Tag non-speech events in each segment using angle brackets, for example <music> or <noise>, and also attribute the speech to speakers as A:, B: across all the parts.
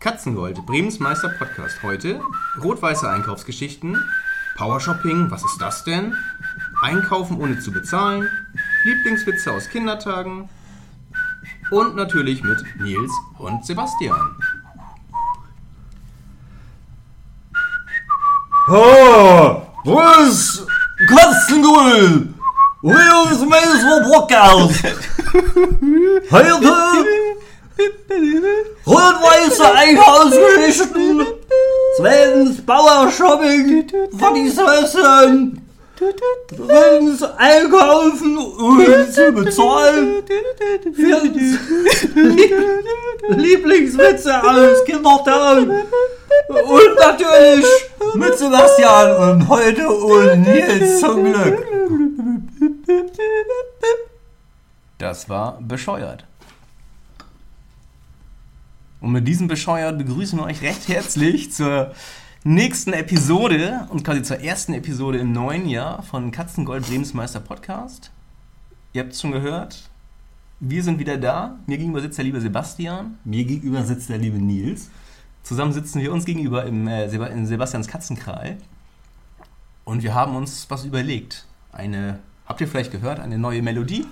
A: Katzengold, Bremens Meister Podcast. Heute rot-weiße Einkaufsgeschichten, Powershopping, was ist das denn? Einkaufen ohne zu bezahlen, Lieblingswitze aus Kindertagen und natürlich mit Nils und Sebastian.
B: Ha! Was? Katzengold! Hier ist Meister Brockhaus! Heute rot-weiße Einkaufsgeschichten! Zweitens Bauershopping von die Schwestern! Drittens Einkaufen ohne um zu bezahlen! Viertens Lieblingswitze aus Kindertagen! Und natürlich mit Sebastian und heute ohne Nils zum Glück.
A: Das war bescheuert. Und mit diesem bescheuert begrüßen wir euch recht herzlich zur nächsten Episode und quasi zur ersten Episode im neuen Jahr von Katzengold Bremsmeister Podcast. Ihr habt es schon gehört. Wir sind wieder da. Mir gegenüber sitzt der liebe Sebastian.
B: Mir gegenüber sitzt der liebe Nils.
A: Zusammen sitzen wir uns gegenüber im, äh, Seba- in Sebastians Katzenkral. Und wir haben uns was überlegt. Eine, habt ihr vielleicht gehört, eine neue Melodie?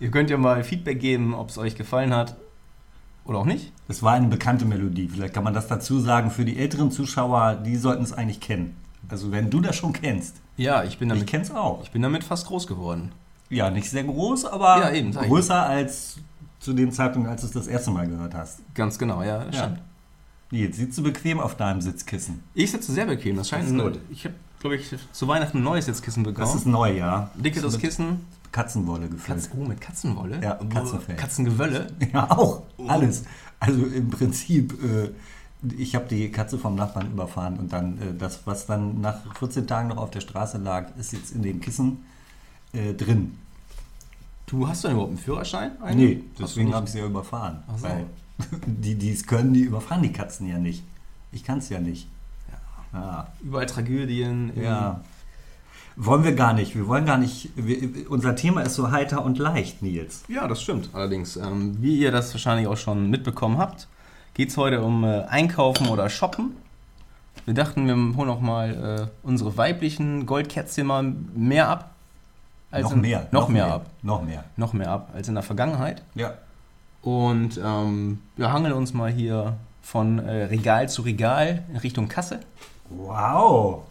A: Ihr könnt ja mal Feedback geben, ob es euch gefallen hat oder auch nicht.
B: Das war eine bekannte Melodie. Vielleicht kann man das dazu sagen für die älteren Zuschauer, die sollten es eigentlich kennen. Also wenn du das schon kennst.
A: Ja, ich bin
B: Ich
A: damit,
B: kenn's auch.
A: ich bin damit fast groß geworden.
B: Ja, nicht sehr groß, aber
A: Ja, eben, sag ich.
B: größer als zu dem Zeitpunkt, als du es das erste Mal gehört hast.
A: Ganz genau, ja, das
B: Ja.
A: stimmt.
B: Jetzt sitzt du bequem auf deinem Sitzkissen.
A: Ich sitze sehr bequem, das scheint.
B: Das ist gut.
A: Ich habe, glaube ich, zu Weihnachten ein neues jetzt Kissen bekommen.
B: Das ist neu, ja.
A: Dickes
B: Das
A: das
B: ist mit
A: Kissen.
B: Katzenwolle gefüllt.
A: Katz, oh, mit Katzenwolle?
B: Ja, und Katzenfell.
A: Katzengewölle.
B: <laughs> Ja, auch. Alles. Also im Prinzip, äh, ich habe die Katze vom Nachbarn überfahren und dann äh, das, was dann nach 14 Tagen noch auf der Straße lag, ist jetzt in dem Kissen äh, drin.
A: Du hast doch überhaupt einen Führerschein? Einen? Hast du
B: Nee,
A: nicht?
B: deswegen habe ich sie ja überfahren.
A: Ach so.
B: Weil <laughs> die, die es können, die überfahren die Katzen ja nicht. Ich kann es ja nicht. Ja.
A: Überall Tragödien.
B: Ja.
A: irgendwie.
B: Wollen wir gar nicht. Wir wollen gar nicht. Wir, unser Thema ist so heiter und leicht, Nils.
A: Ja, das stimmt. Allerdings, ähm, wie ihr das wahrscheinlich auch schon mitbekommen habt, geht es heute um äh, Einkaufen oder Shoppen. Wir dachten, wir holen auch mal äh, unsere weiblichen Goldkätzchen mal mehr ab. als
B: noch
A: in-
B: mehr.
A: Also Noch, mehr, ab.
B: Noch mehr.
A: Noch mehr ab als in der Vergangenheit.
B: Ja.
A: Und ähm, wir hangeln uns mal hier von äh, Regal zu Regal in Richtung Kasse.
B: Wow.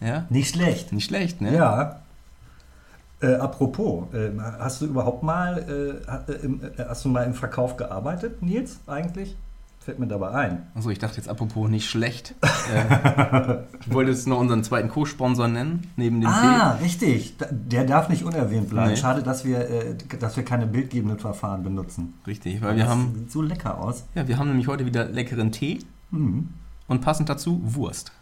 A: Ja,
B: Nicht schlecht.
A: nicht schlecht, ne?
B: Ja. Äh, apropos, äh, hast du überhaupt mal, äh, ha- äh, im, äh, hast du mal im Verkauf gearbeitet, Nils, eigentlich? Fällt mir dabei ein.
A: Achso, Also, ich dachte jetzt apropos nicht schlecht. äh, ich wollte jetzt noch unseren zweiten Co-Sponsor nennen, neben dem
B: Ah, richtig. Da- Der darf nicht unerwähnt bleiben.
A: Nee.
B: Schade, dass wir, äh, dass wir keine bildgebenden Verfahren benutzen.
A: Tee. Richtig, weil wir
B: das
A: haben,
B: sieht so lecker aus.
A: ja, wir haben nämlich heute wieder leckeren Tee
B: Hm.
A: und passend dazu Wurst.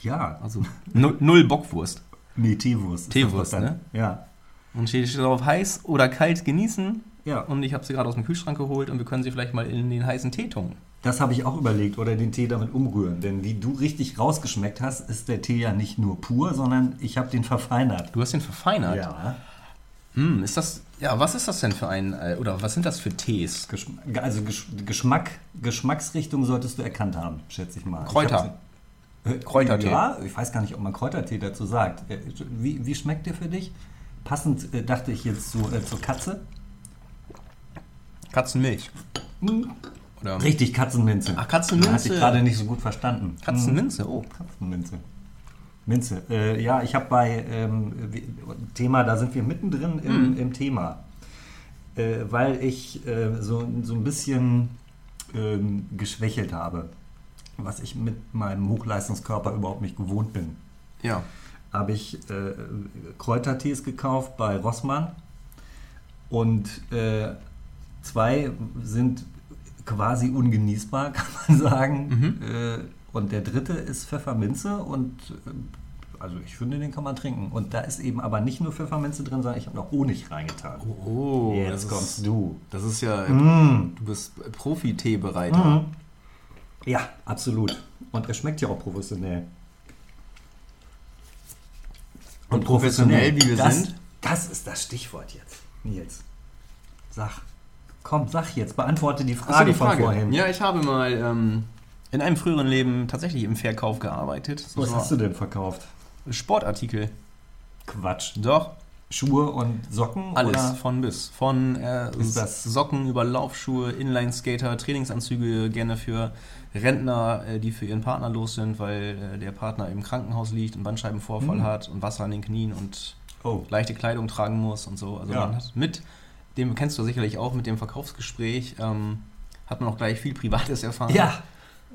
B: Ja,
A: Also null, <laughs> null Bockwurst.
B: nee, Teewurst. ist
A: Teewurst,
B: das doch
A: ne?
B: Ja.
A: Und steht steht drauf heiß oder kalt genießen.
B: ja.
A: Und ich habe sie gerade aus dem Kühlschrank geholt und wir können sie vielleicht mal in den heißen Tee tunken.
B: Das habe ich auch überlegt oder den Tee damit umrühren. Denn wie du richtig rausgeschmeckt hast, ist der Tee ja nicht nur pur, sondern ich habe den verfeinert.
A: Du hast den verfeinert.
B: Ja.
A: Hm, ist das, ja, was ist das denn für ein, äh, oder was sind das für Tees?
B: Geschm also Gesch Geschmack, Geschmacksrichtung solltest du erkannt haben, schätze ich mal.
A: Kräuter.
B: Ich hab's- äh,
A: Kräutertee.
B: Ja, ich weiß gar nicht, ob man Kräutertee dazu sagt. Äh, Wie, wie schmeckt der für dich? Passend äh, dachte ich jetzt zu, äh, zur Katze.
A: Katzenmilch. Oder
B: Richtig, Katzenminze.
A: Mhm. Ach, Katzenminze.
B: Hatte ich gerade nicht so gut verstanden. Mhm.
A: Katzenminze, oh.
B: Minze. Minze. Äh, ja, ich habe bei ähm, wie- Thema, da sind wir mittendrin im, im Thema. Äh, weil ich äh, so, so ein bisschen ähm, geschwächelt habe, was ich mit meinem Hochleistungskörper überhaupt nicht gewohnt bin.
A: Ja.
B: Habe ich äh, Kräutertees gekauft bei Rossmann und äh, zwei sind quasi ungenießbar, <laughs> kann man sagen. Äh, und der dritte ist Pfefferminze und äh, also ich finde, den kann man trinken. Und da ist eben aber nicht nur Pfefferminze drin, sondern ich habe noch Honig reingetan.
A: Oh,
B: Jetzt kommst du.
A: Das ist ja,
B: Mm.
A: du bist Profi-Teebereiter.
B: Mhm. Ja, absolut. Und er schmeckt ja auch professionell.
A: Und professionell, wie wir
B: das,
A: sind?
B: Das ist das Stichwort jetzt, Nils. Sag. Komm, sag jetzt. Beantworte die Frage,
A: Achso, die
B: von vorhin.
A: Ja, ich habe mal ähm, in einem früheren Leben tatsächlich im Verkauf gearbeitet. Das
B: Was
A: war
B: hast du denn verkauft?
A: Sportartikel.
B: Quatsch.
A: Doch,
B: Schuhe und Socken?
A: alles
B: Oder?
A: von bis. Von äh,
B: Ist das-
A: Socken über Laufschuhe, Inline-Skater, Trainingsanzüge gerne für Rentner, äh, die für ihren Partner los sind, weil äh, der Partner im Krankenhaus liegt, einen Bandscheibenvorfall
B: Hm.
A: hat und Wasser an den Knien und
B: Oh,
A: leichte Kleidung tragen muss und so. Also
B: Ja.
A: man hat mit dem, kennst du sicherlich auch, mit dem Verkaufsgespräch ähm, hat man auch gleich viel Privates erfahren.
B: ja.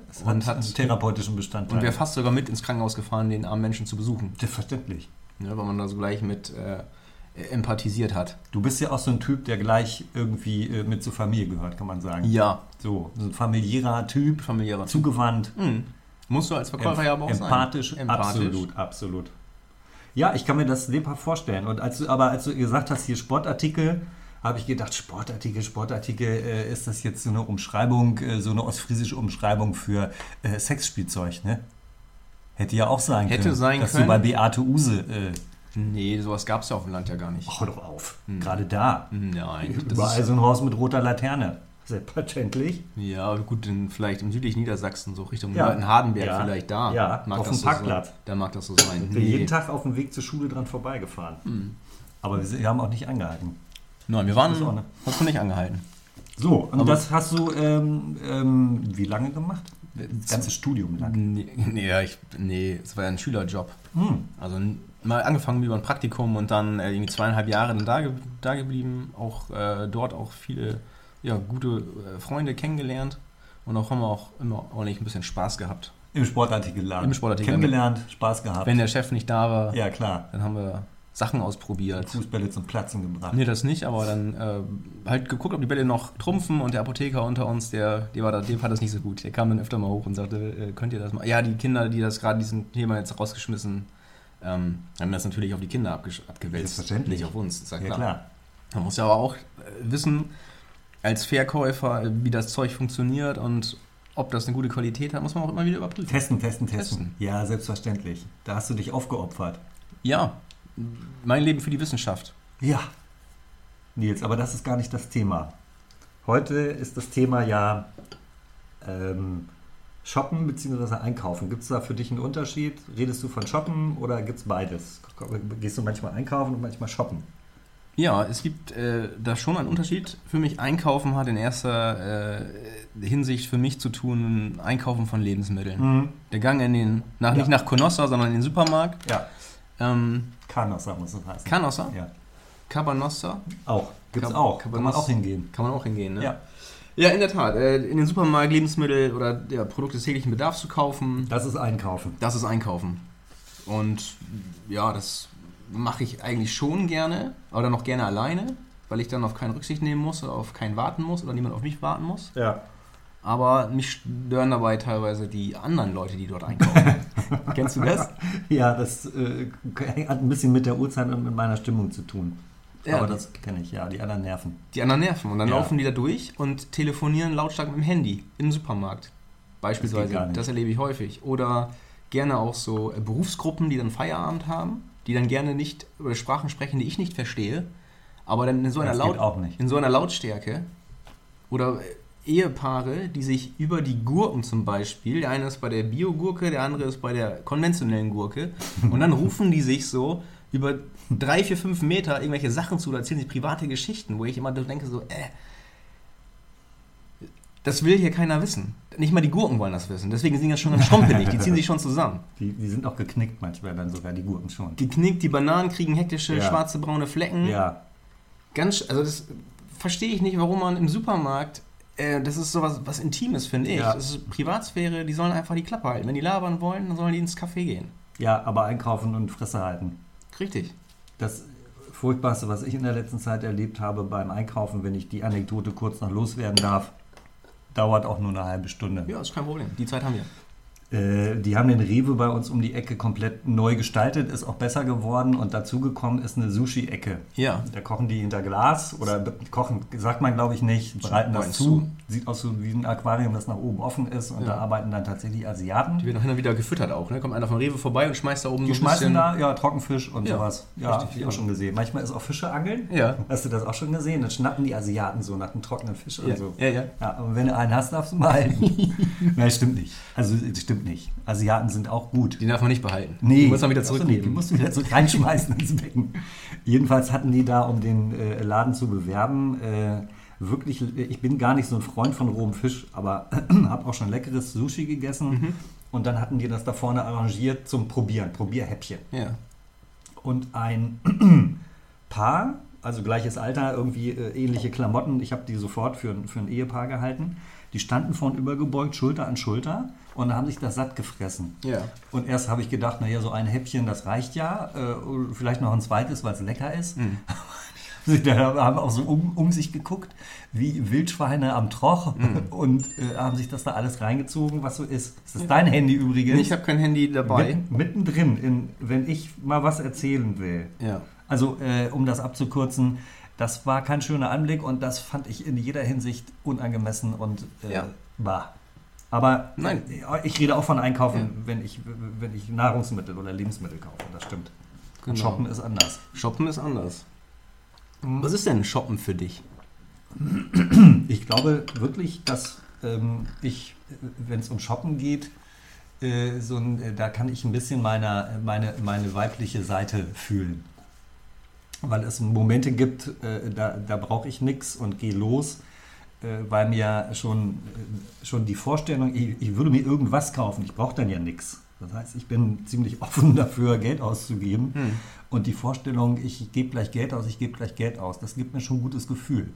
B: Es
A: Und
B: hat einen
A: Ah. hat-
B: therapeutischen Bestandteil.
A: Und wäre fast sogar mit ins Krankenhaus gefahren, den armen Menschen zu besuchen,
B: Verständlich.
A: ne, weil man da so gleich mit äh, empathisiert hat.
B: Du bist ja auch so ein Typ, der gleich irgendwie äh, mit zur Familie gehört, kann man sagen.
A: Ja,
B: So, so ein familiärer Typ,
A: familiärer Typ.
B: zugewandt,
A: Hm. Musst du als Verkäufer
B: Empf-
A: ja aber auch
B: empathisch,
A: sein.
B: absolut, absolut. Ja, ich kann mir das lebhaft vorstellen. Und als du, aber als du gesagt hast, hier Sportartikel, habe ich gedacht, Sportartikel, Sportartikel, äh, ist das jetzt so eine Umschreibung, äh, so eine ostfriesische Umschreibung für äh, Sexspielzeug, ne? Hätte ja auch sein
A: Hätte
B: können,
A: sein
B: dass
A: können.
B: du bei Beate Use, äh,
A: Nee, sowas gab es ja auf dem Land ja gar nicht.
B: oh, hör doch auf, gerade da,
A: Nein, hm. das
B: überall
A: ist,
B: so ein Haus mit roter Laterne, selbstverständlich.
A: ja gut, in, vielleicht im südlichen Niedersachsen, so Richtung
B: Ja.
A: Baden-Hardenberg
B: Ja.
A: vielleicht da.
B: Ja, auf
A: das
B: dem
A: so
B: Parkplatz.
A: Sein. Da mag das so sein.
B: Ich bin jeden Tag auf dem Weg zur Schule dran vorbeigefahren.
A: Hm.
B: Aber wir, sind- wir haben auch nicht angehalten.
A: Nein, wir
B: Das ist auch eine-
A: waren, hast du nicht angehalten.
B: So, und
A: Aber-
B: das hast du ähm, ähm, wie lange gemacht? Das ganze Studium lang.
A: Nee, nee, ja, ich, nee, es war ja ein Schülerjob.
B: Hm.
A: Also n- mal angefangen über ein Praktikum und dann äh, irgendwie zweieinhalb Jahre dann da, ge da geblieben, auch äh, dort auch viele ja, gute äh, Freunde kennengelernt und auch haben wir auch immer ordentlich ein bisschen Spaß gehabt.
B: Im Sportartikelladen.
A: Im Sportartikelladen.
B: Kennengelernt, Spaß gehabt.
A: Wenn der Chef nicht da war,
B: ja, klar.
A: dann haben wir Sachen ausprobiert.
B: Fußbälle zum Platzen gebracht.
A: Nee, das nicht, aber dann äh, halt geguckt, ob die Bälle noch trumpfen und der Apotheker unter uns, der, der war da, dem fand das nicht so gut. Der kam dann öfter mal hoch und sagte, äh, könnt ihr das mal? Ja, die Kinder, die das gerade diesen Thema jetzt rausgeschmissen, ähm, haben das natürlich auf die Kinder abgesch- abgewälzt.
B: Selbstverständlich.
A: Nicht auf uns, ist ja
B: ja,
A: klar.
B: klar.
A: Man muss ja aber auch äh, wissen, als Verkäufer, äh, wie das Zeug funktioniert und ob das eine gute Qualität hat, muss man auch immer wieder überprüfen.
B: Testen, testen, testen,
A: Testen.
B: Ja, selbstverständlich. Da hast du dich aufgeopfert.
A: Ja, mein Leben für die Wissenschaft.
B: Ja. Nils, aber das ist gar nicht das Thema. Heute ist das Thema ja ähm, Shoppen bzw. Einkaufen. Gibt es da für dich einen Unterschied? Redest du von Shoppen oder gibt es beides? Gehst du manchmal einkaufen und manchmal shoppen?
A: Ja, es gibt äh, da schon einen Unterschied. Für mich Einkaufen hat in erster äh, Hinsicht für mich zu tun Einkaufen von Lebensmitteln. Der Gang in den, nach,
B: Hm. Ja.
A: nicht nach Canossa, sondern in den Supermarkt.
B: Ja,
A: Ähm,
B: Canossa muss es heißen.
A: Canossa,
B: ja.
A: Cabanossa,
B: Auch. Gibt es
A: Kann-
B: auch.
A: kann
B: Kann
A: man
B: man
A: das-
B: auch hingehen.
A: kann man auch hingehen, ne?
B: Ja.
A: ja in der Tat. Äh, in den Supermarkt Lebensmittel oder ja, Produkte des täglichen Bedarfs zu kaufen,
B: Das ist Einkaufen.
A: das ist Einkaufen. Und ja, das mache ich eigentlich schon gerne, aber dann auch gerne alleine, weil ich dann auf keinen Rücksicht nehmen muss oder auf keinen warten muss oder niemand auf mich warten muss.
B: Ja.
A: Aber mich stören dabei teilweise die anderen Leute, die dort
B: <laughs>
A: einkaufen. Kennst du das?
B: Ja, das äh, hat ein bisschen mit der Uhrzeit und mit meiner Stimmung zu tun.
A: Ja.
B: Aber das kenne ich, ja. Die anderen nerven.
A: Die anderen nerven. Und dann
B: Ja.
A: laufen die da durch und telefonieren lautstark mit dem Handy im Supermarkt. Beispielsweise.
B: Das geht gar
A: Das,
B: nicht.
A: erlebe ich häufig. Oder gerne auch so äh, Berufsgruppen, die dann Feierabend haben, die dann gerne nicht über Sprachen sprechen, die ich nicht verstehe, aber dann in so einer,
B: das
A: Laut
B: geht auch nicht.
A: in so einer Lautstärke. Oder äh, Ehepaare, die sich über die Gurken zum Beispiel, der eine ist bei der Biogurke, der andere ist bei der konventionellen Gurke, und dann rufen die sich so über drei, vier, fünf Meter irgendwelche Sachen zu oder erzählen sich private Geschichten, wo ich immer so denke, so, äh, das will hier keiner wissen. Nicht mal die Gurken wollen das wissen. Deswegen sind das schon ganz schrumpelig. Die ziehen sich schon zusammen.
B: Die, die sind auch geknickt manchmal, dann sogar die Gurken schon.
A: Geknickt, die Bananen kriegen hektische,
B: Ja.
A: schwarze, braune Flecken.
B: Ja,
A: Ganz, sch- also das verstehe ich nicht, warum man im Supermarkt, äh, das ist sowas, was Intimes, finde ich.
B: Ja.
A: Das ist Privatsphäre, die sollen einfach die Klappe halten. Wenn die labern wollen, dann sollen die ins Café gehen.
B: ja, aber einkaufen und Fresse halten.
A: Richtig.
B: Das Furchtbarste, was ich in der letzten Zeit erlebt habe beim Einkaufen, wenn ich die Anekdote kurz noch loswerden darf, dauert auch nur eine halbe Stunde.
A: Ja, ist kein Problem. Die Zeit haben wir.
B: Äh, die haben den Rewe bei uns um die Ecke komplett neu gestaltet, ist auch besser geworden und dazugekommen ist eine Sushi-Ecke.
A: Ja.
B: Da kochen die hinter Glas oder be- kochen, sagt man glaube ich nicht, bereiten das
A: Meinst
B: zu.
A: du?
B: Sieht aus so wie ein Aquarium, das nach oben offen ist und
A: Ja.
B: da arbeiten dann tatsächlich Asiaten.
A: Die werden auch hin und wieder gefüttert auch, ne? Kommt einer von Rewe vorbei und schmeißt da oben
B: Die
A: so ein
B: schmeißen
A: bisschen...
B: da ja, Trockenfisch und
A: Ja,
B: sowas. Ja,
A: richtig,
B: hab ich
A: ja.
B: auch schon gesehen. Manchmal ist auch Fische angeln.
A: Ja.
B: Hast du das auch schon gesehen? Dann schnappen die Asiaten so nach einem trockenen Fisch
A: Ja,
B: oder so.
A: ja, ja.
B: Ja, aber wenn du einen hast, darfst du
A: <laughs>
B: mal einen. Nein, stimmt nicht. Also, es stimmt nicht. Asiaten sind auch gut.
A: Die darf man nicht behalten.
B: Nee,
A: Die muss man wieder
B: darfst du nicht. Die
A: zurücknehmen.
B: musst du wieder zurück reinschmeißen ins Becken. Jedenfalls hatten die da, um den äh, Laden zu bewerben, äh, wirklich, ich bin gar nicht so ein Freund von rohem Fisch, aber <clears throat> habe auch schon leckeres Sushi gegessen.
A: Mhm.
B: Und dann hatten die das da vorne arrangiert zum Probieren, Probierhäppchen
A: Ja.
B: und ein <clears throat> Paar, also gleiches Alter, irgendwie äh, ähnliche Klamotten. Ich habe die sofort für, ein- für ein Ehepaar gehalten. Die standen vorn übergebeugt, Schulter an Schulter und haben sich das satt gefressen.
A: Ja.
B: Und erst habe ich gedacht, naja, so ein Häppchen, das reicht ja. Äh, und vielleicht noch ein zweites, weil es lecker ist. <laughs> Sie da haben auch so um, um sich geguckt, wie Wildschweine am Troch <laughs> und äh, haben sich das da alles reingezogen, was so ist. Das ist dein Handy übrigens.
A: Ich habe kein Handy dabei.
B: Mitten, mittendrin, in, wenn ich mal was erzählen will.
A: Ja.
B: Also, äh, um das abzukürzen, das war kein schöner Anblick und das fand ich in jeder Hinsicht unangemessen und äh,
A: Ja.
B: bah. Aber
A: Nein.
B: äh, ich rede auch von Einkaufen, wenn, ich, wenn ich Nahrungsmittel oder Lebensmittel kaufe, das stimmt.
A: Genau.
B: Und Shoppen Mhm. ist anders.
A: Shoppen ist anders. Was ist denn Shoppen für dich?
B: Ich glaube wirklich, dass ähm, ich, wenn es um Shoppen geht, äh, so ein, äh, da kann ich ein bisschen meiner, meine, meine weibliche Seite fühlen. Weil es Momente gibt, äh, da, da brauche ich nichts und gehe los, äh, weil mir schon, äh, schon die Vorstellung, ich, ich würde mir irgendwas kaufen, ich brauche dann ja nichts. Das heißt, ich bin ziemlich <laughs> offen dafür, Geld auszugeben. Und die Vorstellung, ich gebe gleich Geld aus, ich gebe gleich Geld aus, das gibt mir schon ein gutes Gefühl.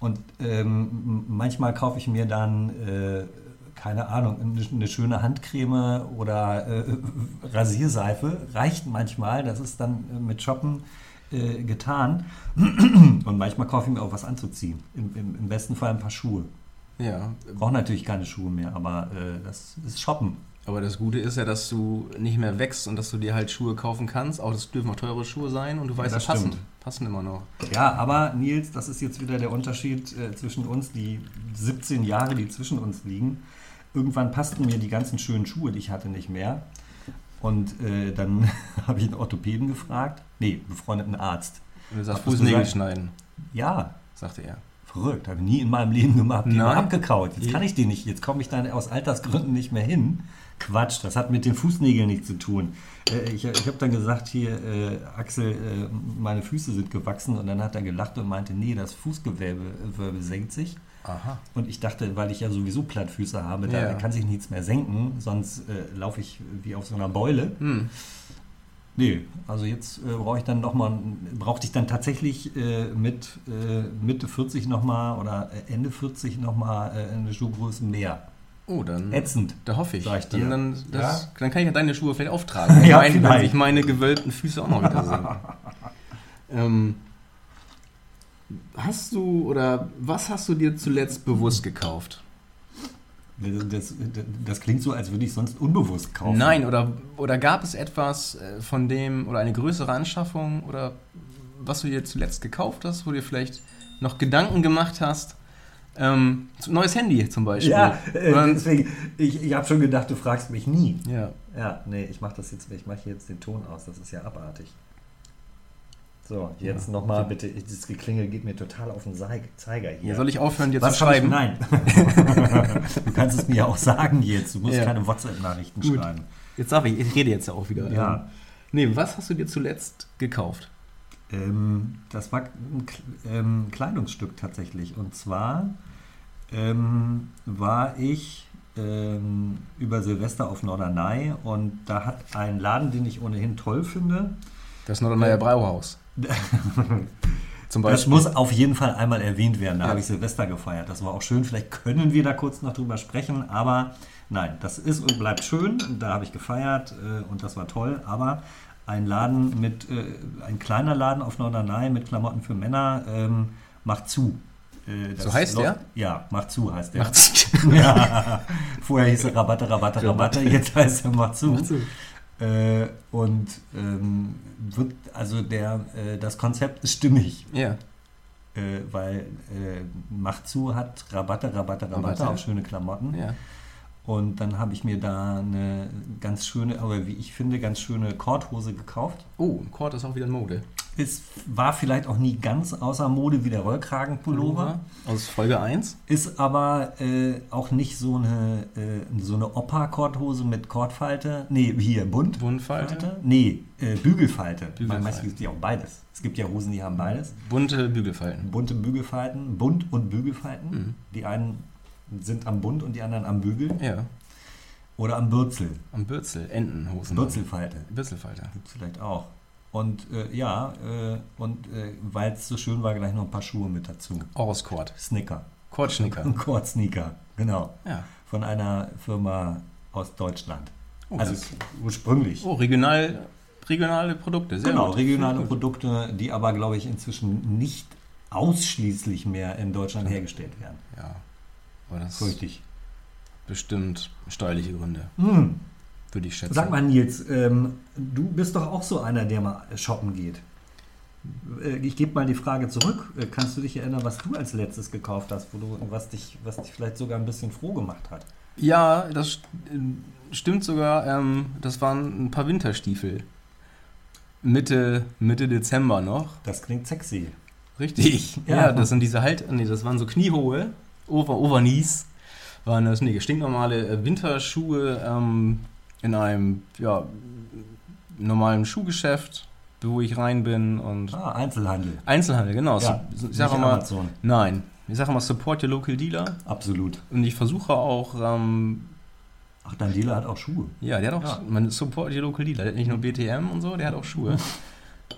B: Und ähm, m- manchmal kaufe ich mir dann, äh, keine Ahnung, eine, eine schöne Handcreme oder äh, Rasierseife. Reicht manchmal, das ist dann äh, mit Shoppen äh, getan. Und manchmal kaufe ich mir auch was anzuziehen. Im, im, im besten Fall ein paar Schuhe.
A: Ja,
B: Brauche natürlich keine Schuhe mehr, aber äh, das ist Shoppen.
A: aber das Gute ist ja, dass du nicht mehr wächst und dass du dir halt Schuhe kaufen kannst. Auch das dürfen auch teure Schuhe sein und du weißt,
B: das
A: die passen.
B: stimmt.
A: Passen immer noch.
B: Ja, aber Nils, das ist jetzt wieder der Unterschied äh, zwischen uns, die 17 Jahre, die zwischen uns liegen. Irgendwann passten mir die ganzen schönen Schuhe, die ich hatte, nicht mehr. Und äh, dann <laughs> habe ich einen Orthopäden gefragt. Nee, einen befreundeten Arzt.
A: Und du sagst,
B: Hab das
A: Fußnägel
B: gesagt?
A: schneiden,
B: Ja,
A: sagte er.
B: verrückt, habe ich nie in meinem Leben gemacht. Die
A: Nein.
B: war abgekaut. Jetzt
A: Ja.
B: kann ich die nicht. Jetzt komme ich dann aus Altersgründen nicht mehr hin. Quatsch, das hat mit den Fußnägeln nichts zu tun. Äh, ich ich habe dann gesagt, hier, äh, Axel, äh, meine Füße sind gewachsen. Und dann hat er gelacht und meinte, nee, das Fußgewölbe äh, Gewölbe senkt sich.
A: Aha.
B: Und ich dachte, weil ich ja sowieso Plattfüße habe, da
A: Ja.
B: kann sich nichts mehr senken, sonst äh, laufe ich wie auf so einer Beule.
A: Hm.
B: Nee, also jetzt äh, brauche ich dann noch mal, brauchte ich dann tatsächlich äh, mit äh, Mitte 40 nochmal oder äh, Ende 40 nochmal äh, eine Schuhgröße mehr.
A: Oh, dann.
B: Ätzend.
A: Da hoffe ich.
B: Sag ich dir.
A: Dann, dann, das,
B: Ja?
A: dann kann ich ja deine Schuhe vielleicht <laughs> auftragen.
B: Ja,
A: wenn, wenn
B: vielleicht.
A: sich meine gewölbten Füße auch noch wieder sehen. <laughs> ähm, hast du oder was hast du dir zuletzt bewusst gekauft?
B: Das, das, das klingt so, als würde ich sonst unbewusst kaufen.
A: Nein, um oder, oder gab es etwas äh, von dem oder eine größere Anschaffung oder was du dir zuletzt gekauft hast, wo du dir vielleicht noch Gedanken gemacht hast? Ähm, zu- neues Handy zum Beispiel.
B: Ja, äh,
A: Oder-
B: deswegen, ich, ich habe schon gedacht, du fragst mich nie.
A: ja.
B: Ja, nee, ich mache das jetzt, ich mache jetzt den Ton aus, das ist ja abartig. So, jetzt
A: Ja.
B: nochmal bitte, ich- dieses Geklingel geht mir total auf den Sei- Zeiger hier.
A: Ja, soll ich aufhören, dir zu
B: Was hab ich-
A: schreiben?
B: Nein.
A: <laughs>
B: du kannst es mir ja auch sagen jetzt, du musst
A: Ja.
B: keine WhatsApp-Nachrichten
A: Gut.
B: schreiben.
A: Jetzt darf ich, ich rede jetzt ja auch wieder.
B: Ja.
A: Ähm, Nee, was hast du dir zuletzt gekauft?
B: Ähm, das war ein K- ähm, Kleidungsstück tatsächlich. Und zwar ähm, war ich ähm, über Silvester auf Norderney und da hat ein Laden, den ich ohnehin toll finde,
A: Das Norderneier
B: <laughs>
A: Brauhaus. Zum <laughs>
B: Das
A: Beispiel.
B: muss auf jeden Fall einmal erwähnt werden. Da
A: Ja.
B: habe ich Silvester gefeiert. Das war auch schön. Vielleicht können wir da kurz noch drüber sprechen. Aber nein, das ist und bleibt schön. Da habe ich gefeiert äh, und das war toll. Aber ein Laden mit, äh, ein kleiner Laden auf Norderney mit Klamotten für Männer ähm, macht zu. Äh, das
A: So heißt
B: Loch-
A: der?
B: Ja, mach zu heißt der.
A: Macht sich
B: <laughs> Ja. Vorher hieß er Rabatte, Rabatte, Rabatte, jetzt heißt er mach zu.
A: Mhm.
B: Äh, und ähm, wird, also der, äh, das Konzept ist stimmig,
A: Ja.
B: äh, weil äh, mach zu hat Rabatte, Rabatte, Rabatte,
A: Rabatte.
B: auch schöne Klamotten.
A: ja.
B: Und dann habe ich mir da eine ganz schöne, aber wie ich finde, ganz schöne Korthose gekauft.
A: Oh, ein Kord ist auch wieder in Mode.
B: Es war vielleicht auch nie ganz außer Mode wie der Rollkragenpullover,
A: Aus Folge 1.
B: ist aber äh, auch nicht so eine, äh, so eine Opa-Korthose mit Kordfalte. Nee, hier, bunt.
A: Buntfalte.
B: Falte? Nee, äh, Bügelfalte. Man
A: Bügelfalte.
B: weiß, es gibt ja auch beides. Es gibt ja Hosen, die haben beides.
A: Bunte Bügelfalten.
B: Bunte Bügelfalten, bunt und Bügelfalten.
A: Hm.
B: Die einen sind am Bund und die anderen am Bügel
A: Ja.
B: oder am Bürzel.
A: Am Bürzel. Entenhosen.
B: Bürzelfalte.
A: Bürzelfalte.
B: Gibt's vielleicht auch. Und äh, ja, äh, und äh, weil es so schön war, gleich noch ein paar Schuhe mit dazu.
A: Oroskord.
B: Snicker.
A: Kordschnicker.
B: Ein Kord-Sneaker, genau.
A: Ja.
B: Von einer Firma aus Deutschland.
A: Oh,
B: also
A: das-
B: ursprünglich.
A: oh regional, regionale Produkte. Sehr
B: genau,
A: gut.
B: regionale
A: Gut.
B: Produkte, die aber, glaube ich, inzwischen nicht ausschließlich mehr in Deutschland hergestellt werden.
A: Ja. Aber das ist
B: Richtig.
A: bestimmt steuerliche Gründe,
B: Hm.
A: würde ich schätzen.
B: Sag mal, Nils, ähm, du bist doch auch so einer, der mal shoppen geht. Äh, Ich gebe mal die Frage zurück. Äh, Kannst du dich erinnern, was du als letztes gekauft hast, wo du, was, dich, was dich vielleicht sogar ein bisschen froh gemacht hat?
A: Ja, das st- äh, stimmt sogar. Ähm, das waren ein paar Winterstiefel. Mitte, Mitte Dezember noch.
B: Das klingt sexy.
A: Richtig.
B: Ja.
A: Ja, das sind diese halt, nee, das waren so kniehohe, over, overknees, waren das nee, stinknormale äh, Winterschuhe ähm, in einem ja, normalen Schuhgeschäft, wo ich rein bin und
B: Ah, Einzelhandel.
A: Einzelhandel, genau.
B: Ja,
A: so, ich
B: Nicht
A: sage mal,
B: Amazon.
A: nein, ich sage mal, support your local dealer
B: Absolut.
A: und ich versuche auch, ähm,
B: Ach, dein Dealer hat auch Schuhe.
A: ja, der hat auch,
B: Ja.
A: man support your local dealer, der hat nicht nur BTM und so, der hat auch
B: <laughs>
A: Schuhe.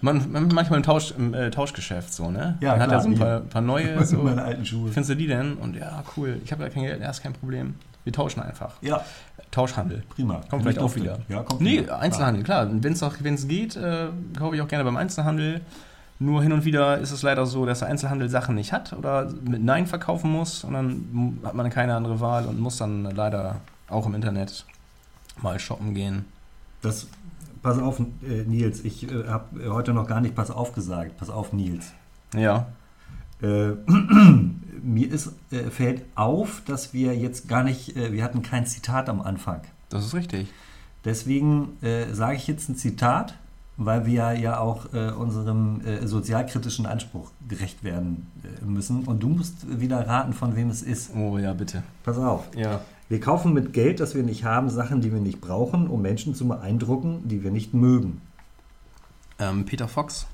A: Man, man, manchmal im, Tausch, im äh, Tauschgeschäft so, ne?
B: Ja,
A: Dann hat
B: klar,
A: er so ein
B: hier.
A: paar, paar
B: <laughs>
A: neue. So.
B: Meine alten Schuhe.
A: Findest du die denn? Und ja, cool. Ich habe ja kein Geld, ja, ist kein Problem. Wir tauschen einfach.
B: Ja,
A: Tauschhandel.
B: prima.
A: Kommt vielleicht auch wieder.
B: Ja, kommt
A: Nee,
B: wieder.
A: Einzelhandel, klar. Wenn es wenn's geht, äh, kaufe ich auch gerne beim Einzelhandel. Nur hin und wieder ist es leider so, dass der Einzelhandel Sachen nicht hat oder mit Nein verkaufen muss und dann hat man keine andere Wahl und muss dann leider auch im Internet mal shoppen gehen.
B: Ah, Das, pass auf, äh, Nils. Ich äh, habe heute noch gar nicht pass auf gesagt. Pass auf, Nils.
A: Ja.
B: Äh, <clears throat> mir ist, äh, fällt auf, dass wir jetzt gar nicht, äh, wir hatten kein Zitat am Anfang.
A: Das ist richtig.
B: Deswegen äh, sage ich jetzt ein Zitat, weil wir ja auch äh, unserem äh, sozialkritischen Anspruch gerecht werden äh, müssen. Und du musst wieder raten, von wem es ist.
A: Oh ja, bitte.
B: Pass auf.
A: Ja.
B: Wir kaufen mit Geld, das wir nicht haben, Sachen, die wir nicht brauchen, um Menschen zu beeindrucken, die wir nicht mögen.
A: Ähm, Peter Fox.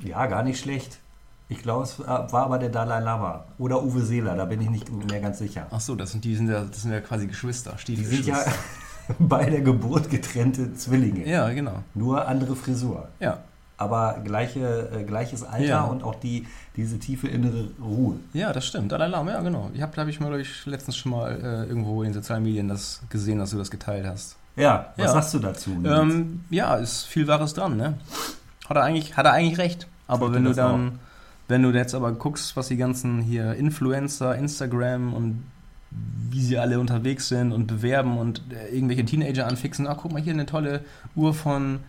B: Ja, gar nicht schlecht. Ich glaube, es war war aber der Dalai Lama oder Uwe Seeler, da bin ich nicht mehr ganz sicher.
A: Ach so, das sind, die sind ja, das sind ja quasi Geschwister.
B: Die sind ja
A: Stiefgeschwister.
B: <laughs> bei der Geburt getrennte Zwillinge.
A: Ja, genau.
B: Nur andere Frisur.
A: Ja.
B: Aber gleiche, äh, gleiches Alter
A: Ja.
B: und auch die, diese tiefe innere Ruhe.
A: Ja, das stimmt. Dalai Lama, ja, genau. Ich habe, glaube ich, mal glaub ich, letztens schon mal äh, irgendwo in den sozialen Medien das gesehen, dass du das geteilt hast.
B: Ja, was
A: Ja.
B: sagst du dazu? Nils?
A: Ähm, ja, ist viel Wahres dran, ne? Hat er eigentlich, hat er eigentlich recht. Aber
B: Sagt
A: wenn
B: er
A: du
B: das
A: dann, wenn du jetzt aber guckst, was die ganzen hier Influencer, Instagram und wie sie alle unterwegs sind und bewerben und äh, irgendwelche Teenager anfixen, ach guck mal hier eine tolle Uhr von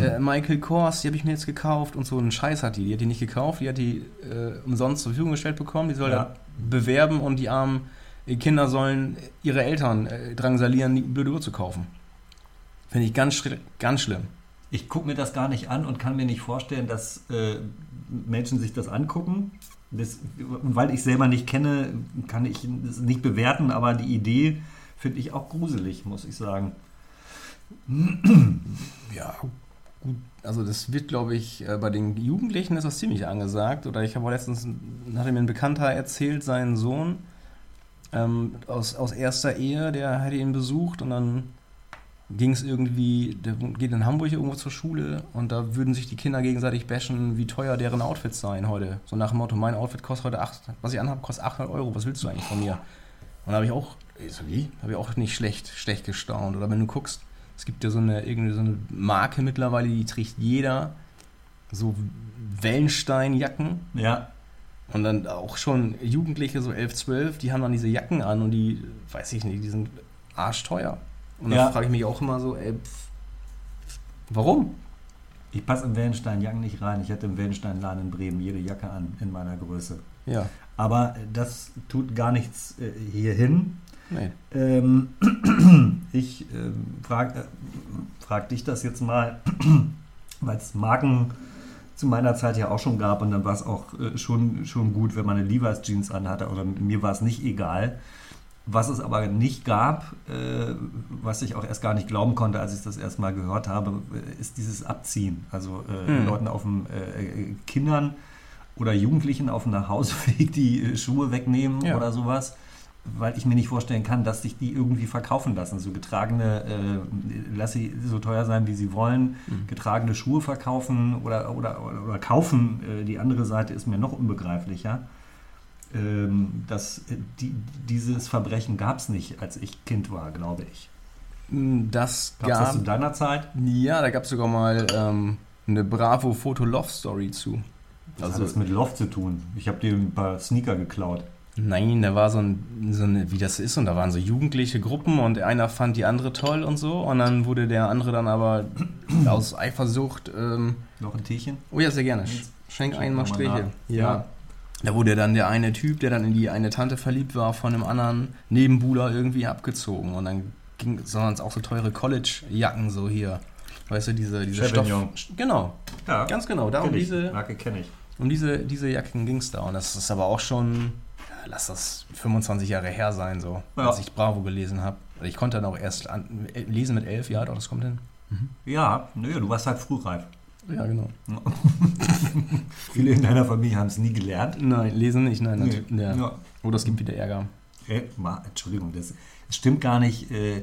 A: äh, Michael Kors, die habe ich mir jetzt gekauft und so einen Scheiß hat die, die hat die nicht gekauft, die hat die äh, umsonst zur Verfügung gestellt bekommen, die soll
B: Ja.
A: da bewerben und die armen Kinder sollen ihre Eltern äh, drangsalieren, die blöde Uhr zu kaufen. Finde ich ganz, schri- ganz schlimm.
B: Ich gucke mir das gar nicht an und kann mir nicht vorstellen, dass äh, Menschen sich das angucken. Das, und weil ich selber nicht kenne, kann ich es nicht bewerten, aber die Idee finde ich auch gruselig, muss ich sagen.
A: Ja, gut. Also das wird, glaube ich, äh, bei den Jugendlichen ist das ziemlich angesagt. Oder ich habe auch letztens, hatte mir ein Bekannter erzählt, seinen Sohn ähm, aus, aus erster Ehe, der hatte ihn besucht und dann ging es irgendwie, der geht in Hamburg irgendwo zur Schule und da würden sich die Kinder gegenseitig bashen, wie teuer deren Outfits seien heute. So nach dem Motto, mein Outfit kostet heute 8, was ich anhabe, kostet 800 Euro, was willst du eigentlich von mir? Und da habe ich auch, ich so, wie? Habe ich auch nicht schlecht, schlecht gestaunt. Oder wenn du guckst, es gibt ja so eine, irgendwie so eine Marke mittlerweile, die trägt jeder. So Wellensteinjacken.
B: Ja,
A: Und dann auch schon Jugendliche, so 11, 12, die haben dann diese Jacken an und die, weiß ich nicht, die sind arschteuer. Und dann
B: Ja.
A: frage ich mich auch immer so, ey, pff, warum?
B: Ich passe im Wellenstein-Jacken nicht rein. Ich hätte im Wellenstein-Laden in Bremen jede Jacke an, in meiner Größe.
A: Ja,
B: Aber das tut gar nichts äh, hierhin.
A: nee.
B: Ähm, <clears throat> ich ähm, frage äh, frag dich das jetzt mal, <clears throat> weil es Marken zu meiner Zeit ja auch schon gab und dann war es auch äh, schon, schon gut, wenn man eine Levi's Jeans anhatte oder mir war es nicht egal. Was es aber nicht gab, äh, was ich auch erst gar nicht glauben konnte, als ich das erst mal gehört habe, äh, ist dieses Abziehen. Also äh,
A: Hm.
B: Leuten auf dem äh, äh, Kindern oder Jugendlichen auf dem Nachhauseweg die äh, Schuhe wegnehmen
A: Ja.
B: oder sowas, weil ich mir nicht vorstellen kann, dass sich die irgendwie verkaufen lassen. So getragene, äh, lass sie so teuer sein, wie sie wollen,
A: Mhm.
B: getragene Schuhe verkaufen oder, oder, oder, oder kaufen. Äh, die andere Seite ist mir noch unbegreiflicher. Ähm, dass äh, die, dieses Verbrechen gab es nicht, als ich Kind war, glaube ich.
A: Das
B: Gab es das zu
A: gab,
B: deiner Zeit?
A: ja, da gab es sogar mal ähm, eine Bravo-Foto-Love-Story zu.
B: Was
A: Also-
B: hat das mit Loft zu tun? Ich habe dir ein paar Sneaker geklaut.
A: Nein, da war so, ein, so eine, wie das ist, und da waren so jugendliche Gruppen und einer fand die andere toll und so, und dann wurde der andere dann aber aus Eifersucht, ähm,
B: Noch ein Tierchen?
A: oh ja, sehr gerne, Sch- schenk
B: Schenk
A: einmal
B: nochmal
A: Striche.
B: nach.
A: Ja.
B: Ja.
A: Da wurde dann der eine Typ, der dann in die eine Tante verliebt war, von einem anderen Nebenbuhler irgendwie abgezogen, und dann ging, sondern es auch so teure College-Jacken so hier. Weißt du, diese, diese Stoff...
B: Chevignon.
A: Genau,
B: Ja,
A: ganz genau, da um
B: kenn ich.
A: diese,
B: Marke kenne ich.
A: um diese, diese Jacken ging es da. Und das ist aber auch schon, ja, lass das 25 Jahre her sein, so,
B: Ja.
A: als ich Bravo gelesen habe. Ich konnte dann auch erst an, äh, lesen mit elf, ja, doch, das kommt hin.
B: Ja, nö, du warst halt frühreif. <laughs>
A: Ja, genau.
B: Viele in deiner Familie haben es nie gelernt.
A: Nein, lesen nicht, nein.
B: Nee.
A: natürlich- Ja.
B: Ja.
A: Oder es gibt wieder Ärger.
B: Äh, ma- Entschuldigung, das das stimmt gar nicht. Äh,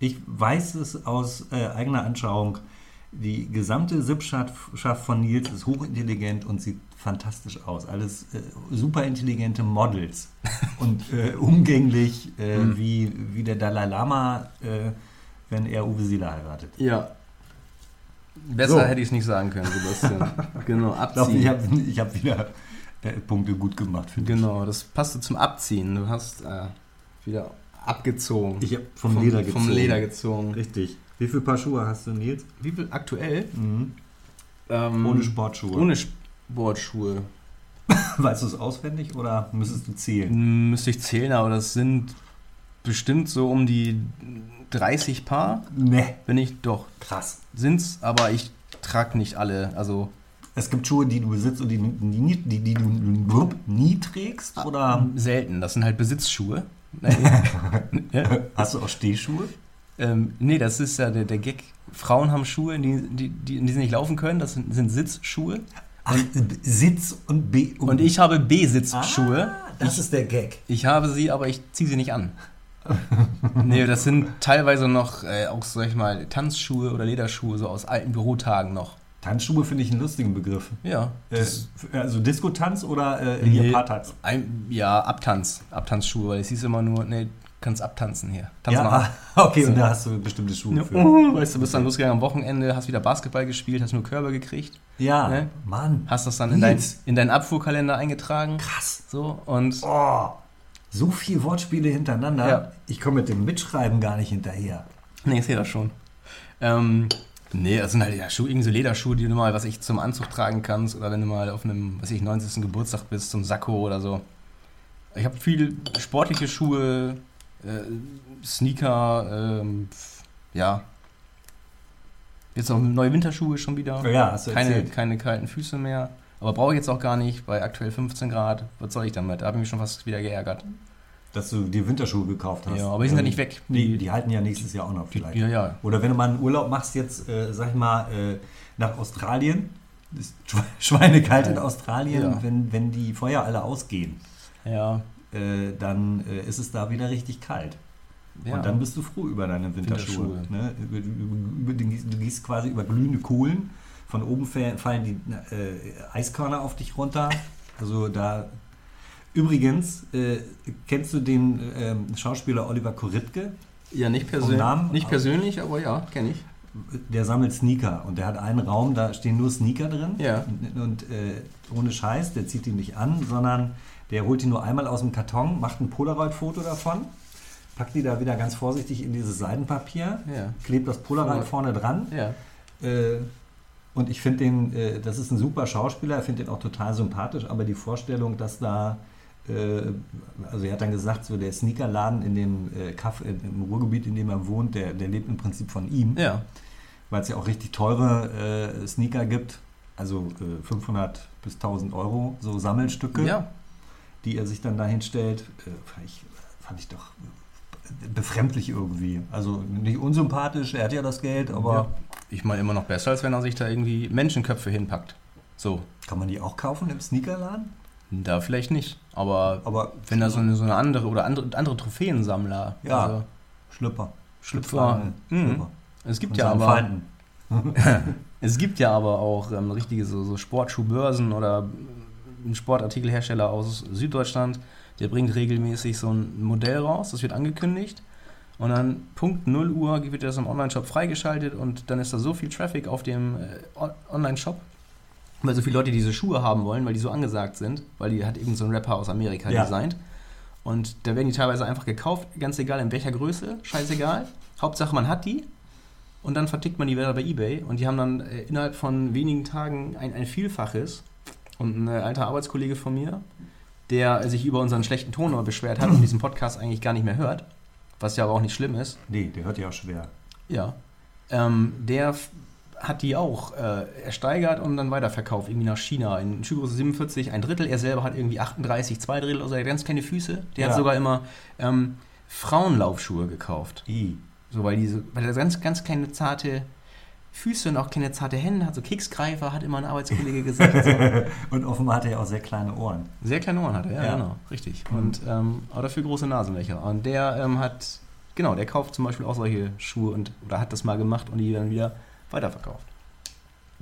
B: Ich weiß es aus äh, eigener Anschauung. Die gesamte Sippschaft von Nils ist hochintelligent und sieht fantastisch aus. Alles äh,
A: <laughs>
B: superintelligente Models und äh, umgänglich äh,
A: Mhm.
B: wie, wie der Dalai Lama, äh, wenn er Uwe Seeler heiratet.
A: Ja. Besser
B: So.
A: hätte ich es nicht sagen können, Sebastian. genau,
B: Ich glaube,
A: abziehen.
B: ich habe ich hab wieder äh, Punkte gut gemacht für dich.
A: Genau, das passte zum Abziehen. Du hast äh, wieder abgezogen.
B: Ich habe vom, Leder gezogen.
A: Vom Leder gezogen.
B: Richtig. Wie viele Paar Schuhe hast du, Nils?
A: Wie viel aktuell?
B: Mhm.
A: Ähm,
B: Ohne Sportschuhe.
A: Ohne Sportschuhe.
B: Weißt du es auswendig oder müsstest du zählen?
A: Müsste ich zählen, aber das sind bestimmt so um die 30 Paar.
B: Ne,
A: Wenn ich doch,
B: krass.
A: sind's, aber ich trage nicht alle. Also
B: Es gibt Schuhe, die du besitzt und die, du- die, nie- die, die du blub, nie trägst? <laughs> Oder
A: selten. Das sind halt Besitzschuhe. Nee. ja.
B: hast du auch Stehschuhe?
A: ähm, nee, das ist ja der, der Gag. Frauen haben Schuhe, die, die, die, in die sie nicht laufen können. Das sind, sind Sitzschuhe.
B: Ach, B- Sitz und B.
A: Und ich habe B-Sitzschuhe.
B: Ah, das ist der Gag.
A: Ich habe sie, aber ich ziehe sie nicht an. nee, das sind teilweise noch äh, auch, sag ich mal, Tanzschuhe oder Lederschuhe, so aus alten Bürotagen noch.
B: Tanzschuhe finde ich einen lustigen Begriff.
A: Ja.
B: Äh, f- also Diskotanz oder äh,
A: Nee.
B: hier Paartanz?
A: Ein, ja, Abtanz. Abtanzschuhe, weil es hieß immer nur, nee, kannst abtanzen hier. Tanz
B: Ja, <laughs>
A: mal ab.
B: ah, okay, und da hast du bestimmte Schuhe
A: Ja,
B: für.
A: uh, weißt du, bist dann losgegangen am Wochenende, hast wieder Basketball gespielt, hast nur Körbe gekriegt,
B: Ja,
A: Ne?
B: Mann,
A: hast das dann in, dein,
B: Nils.
A: in deinen Abfuhrkalender eingetragen.
B: krass.
A: So, und
B: Oh, so viel Wortspiele hintereinander.
A: Ja.
B: Ich komme mit dem Mitschreiben gar nicht hinterher.
A: <laughs> Nee, ich sehe das schon. Ähm, nee, das sind halt ja Schuhe, irgendwie so Lederschuhe, die du mal, was ich zum Anzug tragen kannst oder wenn du mal auf einem, was ich, 90. Geburtstag bist, zum Sakko oder so. Ich habe viel sportliche Schuhe, äh, Sneaker, ähm, pf, ja. Jetzt noch neue Winterschuhe schon wieder.
B: Ja, hast du
A: Keine,
B: erzählt.
A: keine kalten Füße mehr. Aber brauche ich jetzt auch gar nicht, bei aktuell 15 Grad. Was soll ich damit? Da habe ich mich schon fast wieder geärgert.
B: Dass du dir Winterschuhe gekauft hast.
A: Ja, aber die sind ja nicht weg.
B: Die, die halten ja nächstes Jahr auch noch
A: die,
B: vielleicht.
A: ja, ja,
B: Oder wenn du mal einen Urlaub machst, jetzt, äh, sag ich mal, äh, nach Australien. Ist <laughs> schwe- schweinekalt in
A: Ja.
B: Australien.
A: Ja.
B: Wenn, wenn die Feuer alle ausgehen,
A: ja.
B: äh, dann äh, ist es da wieder richtig kalt.
A: ja.
B: Und dann bist du froh über deine Winterschuhe.
A: Winterschuhe.
B: Ne? Über, über, über, du gehst- du gehst quasi über glühende Kohlen. Von oben fa- fallen die äh, Eiskörner auf dich runter. Also da. Übrigens, äh, kennst du den ähm, Schauspieler Oliver Koritke?
A: Ja, nicht, persönlich
B: Vom Namen?
A: nicht persönlich, aber ja, kenne ich.
B: der sammelt Sneaker und der hat einen Raum, da stehen nur Sneaker drin.
A: Ja.
B: Und, und äh, ohne Scheiß, der zieht die nicht an, sondern der holt die nur einmal aus dem Karton, macht ein Polaroid-Foto davon, packt die da wieder ganz vorsichtig in dieses Seidenpapier,
A: Ja.
B: klebt das Polaroid
A: Voll.
B: vorne dran.
A: Ja.
B: Äh, und ich finde den, äh, das ist ein super Schauspieler, ich finde den auch total sympathisch, aber die Vorstellung, dass da, äh, also er hat dann gesagt, so der Sneakerladen in dem äh, Kaff, äh, im Ruhrgebiet, in dem er wohnt, der, der lebt im Prinzip von ihm,
A: Ja.
B: weil es ja auch richtig teure äh, Sneaker gibt, also äh, 500 bis 1000 Euro, so Sammelstücke,
A: Ja.
B: die er sich dann dahin stellt, äh, fand, ich, fand ich doch äh, befremdlich irgendwie. Also nicht unsympathisch, er hat ja das Geld, aber
A: Ja. Ich meine immer noch besser, als wenn er sich da irgendwie Menschenköpfe hinpackt. So.
B: kann man die auch kaufen im Sneakerladen?
A: Da vielleicht nicht. Aber
B: Aber
A: wenn da so eine, so eine andere oder andere, andere Trophäensammler.
B: Ja.
A: Also,
B: Schlüpper.
A: Schlüpfer. Mhm.
B: Schlüpfer.
A: es gibt
B: Von
A: ja
B: seinen
A: aber.
B: Feinden.
A: Es gibt ja aber auch ähm, richtige so, so Sportschuhbörsen oder ein Sportartikelhersteller aus Süddeutschland, der bringt regelmäßig so ein Modell raus, das wird angekündigt. Und dann Punkt 0 Uhr wird das im Online-Shop freigeschaltet und dann ist da so viel Traffic auf dem äh, On- Online-Shop, weil so viele Leute diese Schuhe haben wollen, weil die so angesagt sind, weil die hat irgend so ein Rapper aus Amerika
B: Ja.
A: designt. Und da werden die teilweise einfach gekauft, ganz egal in welcher Größe, scheißegal. Hauptsache man hat die und dann vertickt man die wieder bei eBay und die haben dann äh, innerhalb von wenigen Tagen ein, ein Vielfaches. Und ein äh, alter Arbeitskollege von mir, der äh, sich über unseren schlechten Ton immer beschwert hat und diesen Podcast eigentlich gar nicht mehr hört, was ja aber auch nicht schlimm ist,
B: Nee, der hört ja auch schwer.
A: ja, ähm, der f- hat die auch äh, ersteigert und dann weiterverkauft, irgendwie nach China. In Schuhgröße 47 ein Drittel, er selber hat irgendwie 38, zwei Drittel, also er hat ganz kleine Füße. Der
B: Ja.
A: hat sogar immer ähm, Frauenlaufschuhe gekauft.
B: I. <laughs>
A: So, weil, diese, weil er ganz, ganz kleine, zarte Füße und auch kleine, zarte Hände hat, so Keksgreifer, hat immer ein Arbeitskollege gesagt. So.
B: Und offenbar hat er ja auch sehr kleine Ohren.
A: Sehr kleine Ohren hat er, ja,
B: Ja.
A: genau, richtig.
B: Mhm.
A: Und ähm, aber dafür große Nasenlöcher. Und der ähm, hat, genau, der kauft zum Beispiel auch solche Schuhe und oder hat das mal gemacht und die dann wieder weiterverkauft.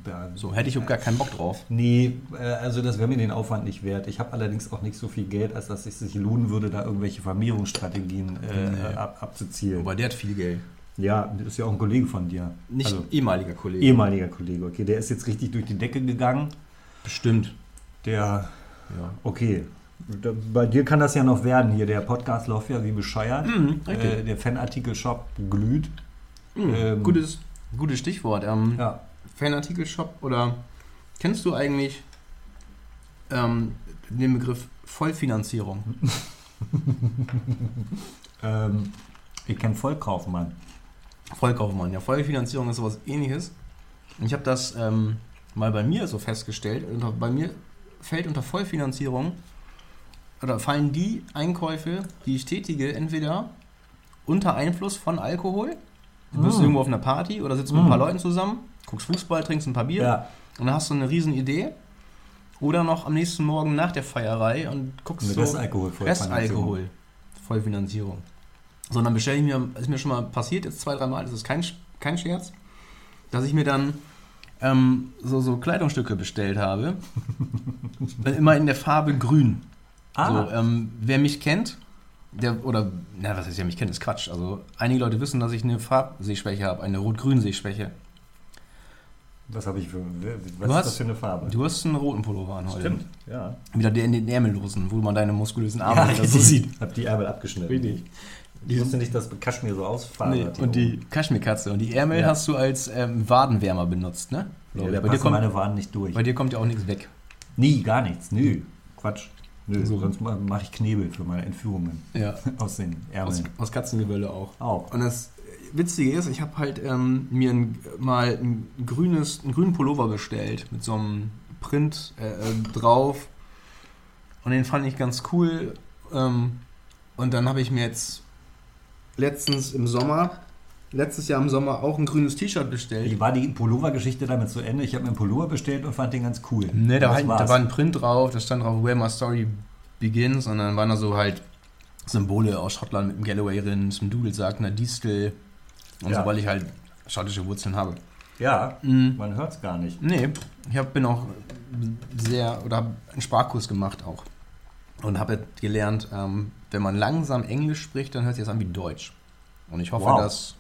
B: Da-
A: So, hätte ich auch gar keinen Bock drauf.
B: Nee, äh, also das wäre mir den Aufwand nicht wert. Ich habe allerdings auch nicht so viel Geld, als dass es sich lohnen würde, da irgendwelche Vermehrungsstrategien äh,
A: Nee.
B: ab, abzuzielen.
A: der hat viel Geld.
B: Ja, das ist ja auch ein Kollege von dir.
A: Nicht
B: Also,
A: ehemaliger Kollege.
B: ehemaliger Kollege. Okay, der ist jetzt richtig durch die Decke gegangen.
A: Bestimmt.
B: Der
A: Ja.
B: Okay. Da, bei dir kann das ja noch werden hier. Der Podcast läuft ja wie bescheuert.
A: Mhm, richtig.
B: äh, der Fanartikel-Shop glüht.
A: Mhm,
B: Ähm,
A: gutes, gutes Stichwort. Ähm,
B: Ja.
A: Fanartikel-Shop oder kennst du eigentlich ähm, den Begriff Vollfinanzierung?
B: Ähm, ich kenne Vollkaufmann.
A: Vollkaufmann. Ja, Vollfinanzierung ist sowas ähnliches. Und ich habe das ähm, mal bei mir so festgestellt. Unter, bei mir fällt unter Vollfinanzierung oder fallen die Einkäufe, die ich tätige, entweder unter Einfluss von Alkohol. Du bist
B: Mm.
A: irgendwo auf einer Party oder sitzt mit ein paar
B: Mm.
A: Leuten zusammen, guckst Fußball, trinkst ein paar Bier
B: Ja.
A: und dann hast du eine riesen Idee. Oder noch am nächsten Morgen nach der Feierei und guckst
B: Mit
A: so.
B: Restalkohol Vollfinanzierung.
A: Restalkohol. Vollfinanzierung. So, und dann bestelle ich mir, ist mir schon mal passiert, jetzt zwei, dreimal, das ist kein, Sch- kein Scherz, dass ich mir dann ähm, so, so Kleidungsstücke bestellt
B: <laughs>
A: habe. Immer in der Farbe grün.
B: Ah,
A: So, ähm, wer mich kennt, der, oder, na, was heißt, wer mich kennt, ist Quatsch. Also, einige Leute wissen, dass ich eine Farbsehschwäche habe, eine Rot-Grün-Sehschwäche.
B: was habe ich für. Was
A: Du
B: ist
A: hast-
B: das für eine Farbe?
A: Du hast einen roten Pullover an heute.
B: Stimmt. Ja.
A: Wieder den, den ärmellosen, wo man deine muskulösen Arme
B: ja, <laughs>
A: wieder <laughs>
B: richtig. Hab die Ärmel abgeschnitten.
A: Ah, Richtig.
B: Ich wusste nicht, dass Kaschmir so ausfahren
A: Nee,
B: hat. hier
A: und die
B: oben.
A: Kaschmirkatze. Und die Ärmel
B: Ja.
A: hast du als ähm, Wadenwärmer benutzt, ne?
B: Nee,
A: Glaub ich.
B: da
A: bei, dir
B: passen
A: kommt,
B: meine Waren nicht durch.
A: bei dir kommt ja auch nichts weg.
B: Nie, gar nichts. Nö. Quatsch. Nö.
A: So.
B: Sonst mache ich Knebel für meine Entführungen
A: Ja,
B: <laughs> aus den
A: aus,
B: Ärmeln.
A: aus Katzengewölle auch.
B: Auch.
A: Und das Witzige ist, ich habe halt ähm, mir ein, mal ein grünes, einen grünen Pullover bestellt mit so einem Print äh, äh, drauf. Und den fand ich ganz cool. Ähm, und dann habe ich mir jetzt letztens im Sommer, letztes Jahr im Sommer auch ein grünes T-Shirt bestellt.
B: Wie war die Pullover-Geschichte damit zu Ende? Ich habe mir einen Pullover bestellt und fand den ganz cool.
A: Ne, da,
B: Das
A: war halt, da
B: war's.
A: war ein Print drauf, da stand drauf, where my story begins, und dann waren da so halt Symbole aus Schottland mit dem Galloway-Rind, einem Dudelsack, einer Distel, und
B: Ja.
A: so, weil ich halt schottische Wurzeln habe.
B: ja,
A: Mhm.
B: man hört es gar nicht.
A: Nee, ich hab, bin auch sehr, oder hab einen Sprachkurs gemacht auch. Und habe gelernt, ähm, wenn man langsam Englisch spricht, dann hört sich das an wie Deutsch. Und ich hoffe,
B: Wow.
A: dass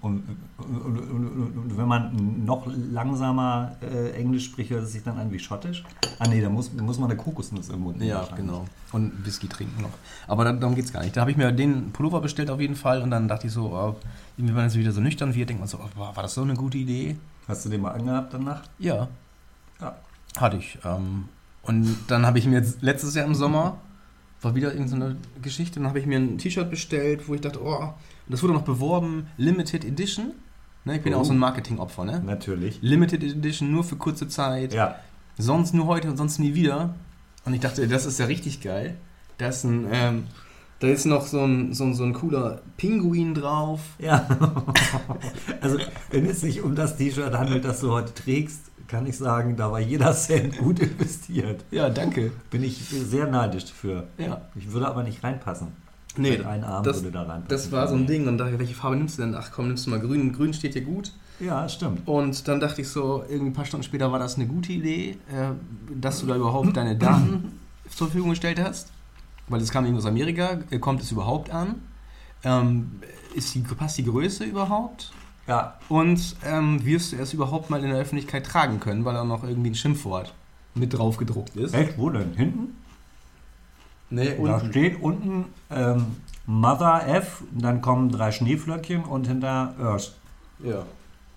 B: Und, und, und, und, und wenn man noch langsamer äh, Englisch spricht, hört es sich dann an wie Schottisch. Ah nee, da muss, muss man eine Kokosnuss im Mund
A: Ja,
B: wahrscheinlich.
A: genau. Und Whisky trinken noch. Aber da- darum geht es gar nicht. Da habe ich mir den Pullover bestellt auf jeden Fall und dann dachte ich so, oh, irgendwie, wenn man jetzt wieder so nüchtern wird, denkt man so, oh, war war das so eine gute Idee?
B: Hast du den mal angehabt danach?
A: Ja.
B: Ja.
A: Hatte ich. Ähm, und dann habe ich mir jetzt letztes Jahr im Sommer, war wieder irgendeine so eine Geschichte, dann habe ich mir ein T-Shirt bestellt, wo ich dachte, oh, und das wurde noch beworben, Limited Edition. Ne, ich bin ja
B: Oh.
A: auch so ein Marketingopfer, ne?
B: Natürlich.
A: Limited Edition, nur für kurze Zeit.
B: Ja.
A: sonst nur heute und sonst nie wieder. Und ich dachte, das ist ja richtig geil. Da ist, ein, ähm, da ist noch so ein, so, ein, so ein cooler Pinguin drauf.
B: Ja. <laughs> also, wenn es sich um das T-Shirt handelt, das du heute trägst, kann ich sagen, da war jeder Cent gut <laughs> investiert.
A: Ja, danke.
B: Bin ich sehr neidisch für.
A: Ja.
B: Ich würde aber nicht reinpassen.
A: Nee,
B: Ein Arm
A: das-
B: würde da reinpassen.
A: das war so ein Ding. Und dachte, welche Farbe nimmst du denn? Ach komm, nimmst du mal grün. Grün steht dir gut.
B: Ja, stimmt.
A: Und dann dachte ich so, irgendwie ein paar Stunden später war das eine gute Idee, äh, dass du da überhaupt deine <laughs> Daten zur Verfügung gestellt hast. Weil es kam eben aus Amerika. Äh, Kommt es überhaupt an? Ähm, ist die, passt die Größe überhaupt?
B: Ja,
A: Und ähm, wirst du es überhaupt mal in der Öffentlichkeit tragen können, weil da noch irgendwie ein Schimpfwort mit drauf gedruckt ist?
B: echt? Wo denn? Hinten?
A: Nee,
B: Da
A: unten.
B: steht unten ähm, Mother F, dann kommen drei Schneeflöckchen und hinter Earth. <laughs>
A: Ja.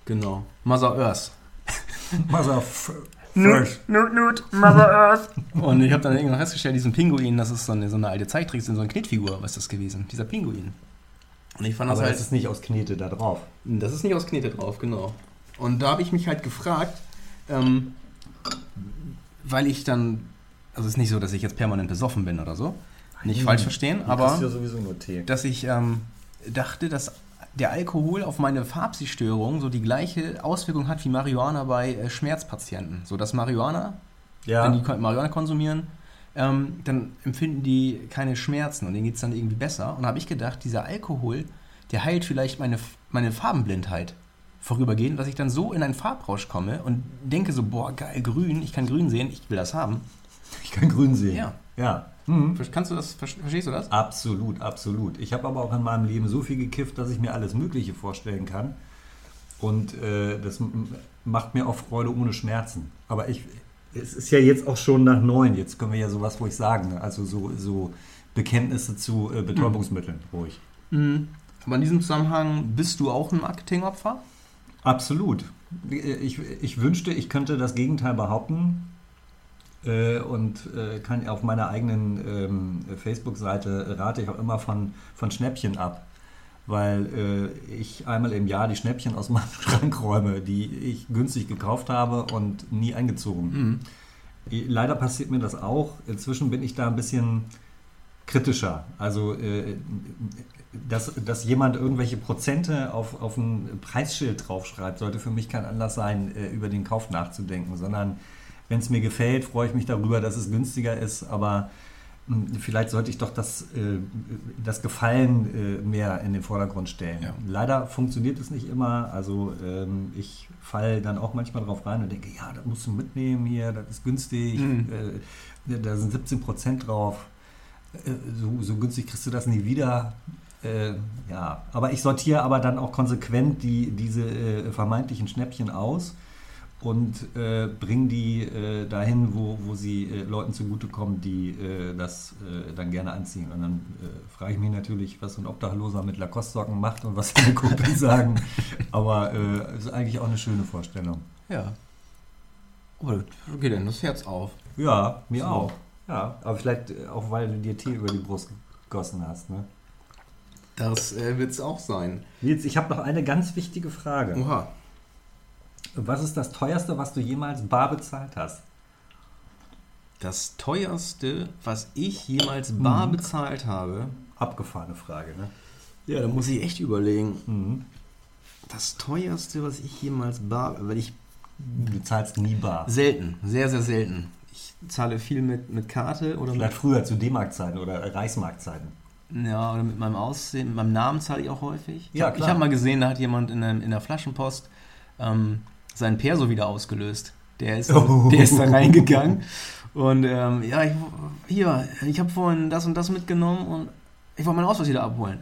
A: Genau. Mother Earth.
B: Mother F. First.
A: nut, nut, Mother Earth. Und ich habe dann irgendwann festgestellt, diesen Pinguin, das ist so eine, so eine alte Zeichentrick, so eine Knetfigur, was ist das gewesen? Dieser Pinguin. Und ich fand das
B: Aber
A: halt.
B: das ist Also nicht aus Knete da drauf.
A: Das ist nicht aus Knete drauf, genau. Und da habe ich mich halt gefragt, ähm, weil ich dann, also es ist nicht so, dass ich jetzt permanent besoffen bin oder so, Hm. nicht
B: Nein.
A: falsch verstehen, aber
B: sowieso nur Tee.
A: dass ich ähm, dachte, dass der Alkohol auf meine Farbsehstörung so die gleiche Auswirkung hat wie Marihuana bei äh, Schmerzpatienten. So dass Marihuana,
B: Ja,
A: wenn die kon- Marihuana konsumieren, ähm, dann empfinden die keine Schmerzen und denen geht es dann irgendwie besser. Und da habe ich gedacht, dieser Alkohol, der heilt vielleicht meine, F- meine Farbenblindheit vorübergehend, dass ich dann so in einen Farbrausch komme und denke so, boah, geil, grün, ich kann grün sehen, ich will das haben.
B: ich kann grün sehen.
A: Ja.
B: ja. Mhm.
A: Ver- Kannst du das, ver- verstehst du das?
B: Absolut, absolut. Ich habe aber auch in meinem Leben so viel gekifft, dass ich mir alles Mögliche vorstellen kann. Und äh, das m- macht mir auch Freude ohne Schmerzen. Aber ich, es ist ja jetzt auch schon nach neun. Jetzt können wir ja sowas ruhig sagen. ne? Also so, so Bekenntnisse zu äh, Betäubungsmitteln ruhig.
A: Mhm. Aber in diesem Zusammenhang bist du auch ein Marketingopfer?
B: Absolut. Ich, ich wünschte, ich könnte das Gegenteil behaupten äh, und äh, kann auf meiner eigenen ähm, Facebook-Seite rate ich auch immer von, von Schnäppchen ab, weil äh, ich einmal im Jahr die Schnäppchen aus meinem <laughs> Schrank räume, die ich günstig gekauft habe und nie eingezogen.
A: Mhm.
B: Leider passiert mir das auch. Inzwischen bin ich da ein bisschen kritischer. Also, äh, dass, dass jemand irgendwelche Prozente auf, auf ein Preisschild draufschreibt, sollte für mich kein Anlass sein, äh, über den Kauf nachzudenken, sondern wenn es mir gefällt, freue ich mich darüber, dass es günstiger ist, aber mh, vielleicht sollte ich doch das, äh, das Gefallen äh, mehr in den Vordergrund stellen.
A: Ja.
B: Leider funktioniert es nicht immer, also ähm, ich falle dann auch manchmal drauf rein und denke, ja, das musst du mitnehmen hier, das ist günstig,
A: Mhm.
B: äh, da sind 17 Prozent drauf, äh, so, so günstig kriegst du das nie wieder. Äh, ja, aber ich sortiere aber dann auch konsequent die, diese äh, vermeintlichen Schnäppchen aus und äh, bringe die äh, dahin, wo, wo sie äh, Leuten zugutekommen, die äh, das äh, dann gerne anziehen. Und dann äh, frage ich mich natürlich, was so ein Obdachloser mit Lacoste-Socken macht und was seine Kumpel <laughs> sagen. Aber äh, ist eigentlich auch eine schöne Vorstellung.
A: Ja. Oh, da geht denn das Herz auf.
B: Ja, mir
A: So.
B: auch. Ja, aber vielleicht äh, auch, weil du dir Tee über die Brust gegossen hast. Ne?
A: Das äh, wird es auch sein.
B: Nils, ich habe noch eine ganz wichtige Frage.
A: Oha.
B: Was ist das teuerste, was du jemals bar bezahlt hast?
A: Das teuerste, was ich jemals bar bezahlt habe.
B: Abgefahrene Frage, ne?
A: Ja, da muss ich echt überlegen.
B: Mhm.
A: Das teuerste, was ich jemals bar. Weil ich
B: Du zahlst nie bar.
A: selten, sehr, sehr selten. Ich zahle viel mit, mit Karte oder mit,
B: Vielleicht früher zu D-Mark-Zeiten oder Reichsmark-Zeiten.
A: ja, oder mit meinem Aussehen. Mit meinem Namen zahle ich auch häufig. Ich
B: Ja,
A: hab- ich
B: klar.
A: habe mal gesehen, da hat jemand in, einem, in der Flaschenpost ähm, seinen Perso wieder ausgelöst. Der ist,
B: Oh.
A: der ist da reingegangen. Und ähm, ja, ich, hier, ich habe vorhin das und das mitgenommen und ich wollte meinen Ausweis wieder abholen.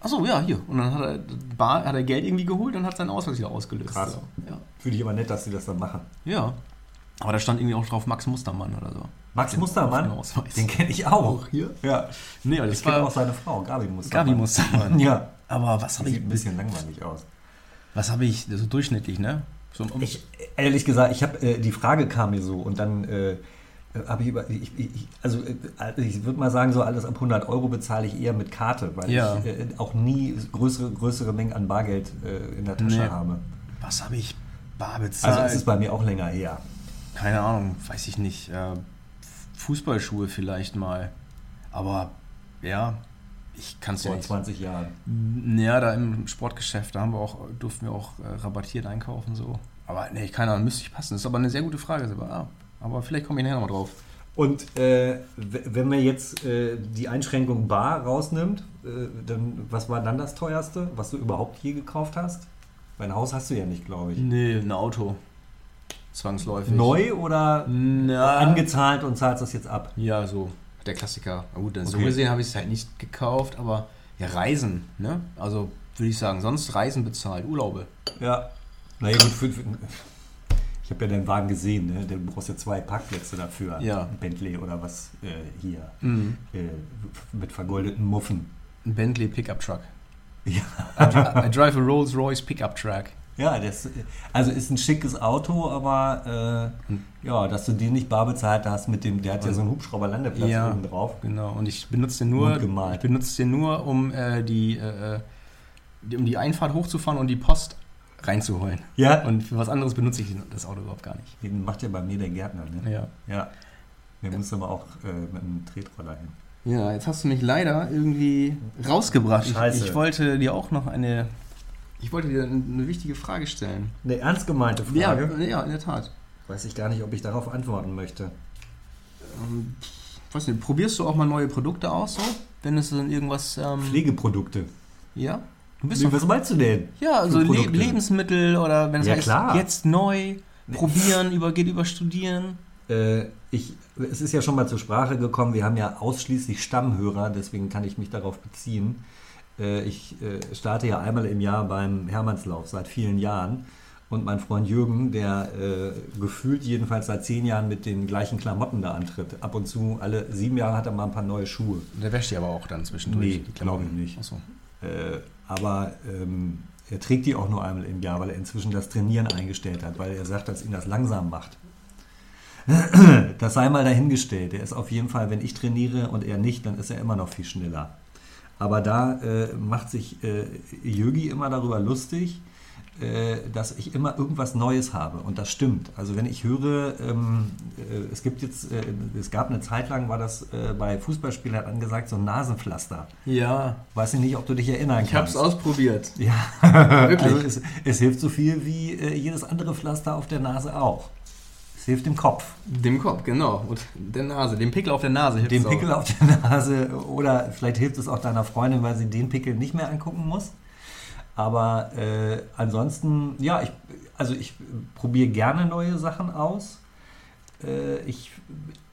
A: Achso, ja, hier. Und dann hat er, Bar, hat er Geld irgendwie geholt und hat seinen Ausweis wieder ausgelöst.
B: Krass.
A: So. Ja.
B: Finde ich aber nett, dass sie das dann machen.
A: ja. Aber da stand irgendwie auch drauf Max Mustermann oder so.
B: Max
A: Auf dem
B: Mustermann,
A: Ausweis.
B: den kenne ich auch.
A: hier?
B: Ja,
A: Nee, aber
B: ich
A: das
B: kenne auch
A: war
B: seine Frau, Gabi Mustermann.
A: Gabi Mustermann.
B: Ja,
A: Aber was
B: die
A: habe
B: sieht ein
A: ich,
B: bisschen langweilig aus.
A: was habe ich, so durchschnittlich, ne? So,
B: Ich, ehrlich gesagt, ich habe äh, die Frage kam mir so und dann äh, habe ich über, ich, ich, ich- also äh, ich würde mal sagen, so alles ab 100 Euro bezahle ich eher mit Karte, weil
A: Ja.
B: ich äh, auch nie größere, größere Mengen an Bargeld äh, in der Tasche
A: Nee.
B: habe.
A: was habe ich bar bezahlt?
B: Also es ist bei mir auch länger her.
A: Keine Ahnung, weiß ich nicht. Äh, Fußballschuhe vielleicht mal. Aber ja, ich kann es ja
B: Vor
A: nicht.
B: 20 Jahren.
A: Ja, da im Sportgeschäft, da haben wir auch, durften wir auch äh, rabattiert einkaufen. so. Aber nee, keine Ahnung, müsste ich passen. Das ist aber eine sehr gute Frage, Seba. Ah, aber vielleicht komme ich nachher nochmal drauf.
B: Und äh, w- wenn man jetzt äh, die Einschränkung Bar rausnimmt, äh, dann was war dann das teuerste, was du überhaupt je gekauft hast? Mein Haus hast du ja nicht, glaube ich.
A: Nee, ein Auto. Zwangsläufig.
B: Neu oder
A: Na,
B: angezahlt und zahlst das jetzt ab?
A: ja, so. Der Klassiker. Na gut, dann so
B: Okay.
A: gesehen habe ich es halt nicht gekauft, aber ja, Reisen, ne? Also würde ich sagen, sonst Reisen bezahlt, Urlaube.
B: Ja. Naja, gut, für, für, ich habe ja deinen Wagen gesehen, ne? Du brauchst ja zwei Parkplätze dafür.
A: Ja.
B: Bentley oder was äh, hier. Äh, mit vergoldeten Muffen.
A: Ein Bentley Pickup Truck. I,
B: Ja.
A: dri- I drive a Rolls Royce Pickup Truck.
B: ja, das äh, also ist ein schickes Auto, aber äh, ja, dass du den nicht bar bezahlt hast mit dem, der hat ja so einen Hubschrauberlandeplatz
A: Ja.
B: oben drauf.
A: Genau, und ich benutze den nur,
B: Gut gemalt.
A: ich benutze den nur um, äh, die, äh, äh, die- um die Einfahrt hochzufahren und die Post
B: <laughs>
A: reinzuholen.
B: Ja.
A: Und für was anderes benutze ich den- das Auto überhaupt gar nicht.
B: Den macht ja bei mir der Gärtner, ne?
A: Ja.
B: Ja. Der muss aber auch äh, mit einem Tretroller hin.
A: ja, jetzt hast du mich leider irgendwie rausgebracht. Ich,
B: Scheiße.
A: ich wollte dir auch noch eine. Ich wollte dir eine wichtige Frage stellen.
B: Eine ernst gemeinte
A: Ja, ja, in der Tat.
B: Weiß ich gar nicht, ob ich darauf antworten möchte.
A: Ähm, weiß nicht, probierst du auch mal neue Produkte aus, so? Wenn es dann irgendwas. Ähm,
B: Pflegeprodukte.
A: ja? Du bist
B: Nee,
A: doch
B: was meinst du denn?
A: Ja, also Le
B: Produkte.
A: Lebensmittel oder wenn es
B: Ja,
A: heißt,
B: klar.
A: jetzt neu, probieren, über, geht über studieren.
B: Äh, ich, es ist ja schon mal zur Sprache gekommen, wir haben ja ausschließlich Stammhörer, deswegen kann ich mich darauf beziehen. Äh, ich äh, starte ja einmal im Jahr beim Hermannslauf seit vielen Jahren. Und mein Freund Jürgen, der äh, gefühlt jedenfalls seit zehn Jahren mit den gleichen Klamotten da antritt. Ab und zu, alle sieben Jahre hat er mal ein paar neue Schuhe.
A: Der wäscht die aber auch dann zwischendurch.
B: Nee, glaube ich nicht.
A: Achso.
B: Äh, aber ähm, er trägt die auch nur einmal im Jahr, weil er inzwischen das Trainieren eingestellt hat, weil er sagt, dass ihn das langsam macht. <clears throat> Das sei mal dahingestellt. Er ist auf jeden Fall, wenn ich trainiere und er nicht, dann ist er immer noch viel schneller. Aber da äh, macht sich äh, Jögi immer darüber lustig, äh, dass ich immer irgendwas Neues habe. Und das stimmt. Also wenn ich höre, ähm, äh, es gibt jetzt, äh, es gab eine Zeit lang, war das äh, bei Fußballspielern angesagt, so ein Nasenpflaster.
A: Ja,
B: Weiß ich nicht, ob du dich erinnern
A: ich habe
B: kannst.
A: es ausprobiert. <laughs>
B: Ja,
A: Wirklich?
B: also es, es hilft so viel wie äh, jedes andere Pflaster auf der Nase auch. Es hilft dem Kopf,
A: Dem Kopf, genau. Und der Nase, dem Pickel auf der Nase hilft
B: dem
A: es auch.
B: Pickel auf der Nase oder vielleicht hilft es auch deiner Freundin, weil sie den Pickel nicht mehr angucken muss. Aber äh, ansonsten, ja, ich, also ich probiere gerne neue Sachen aus. Äh, ich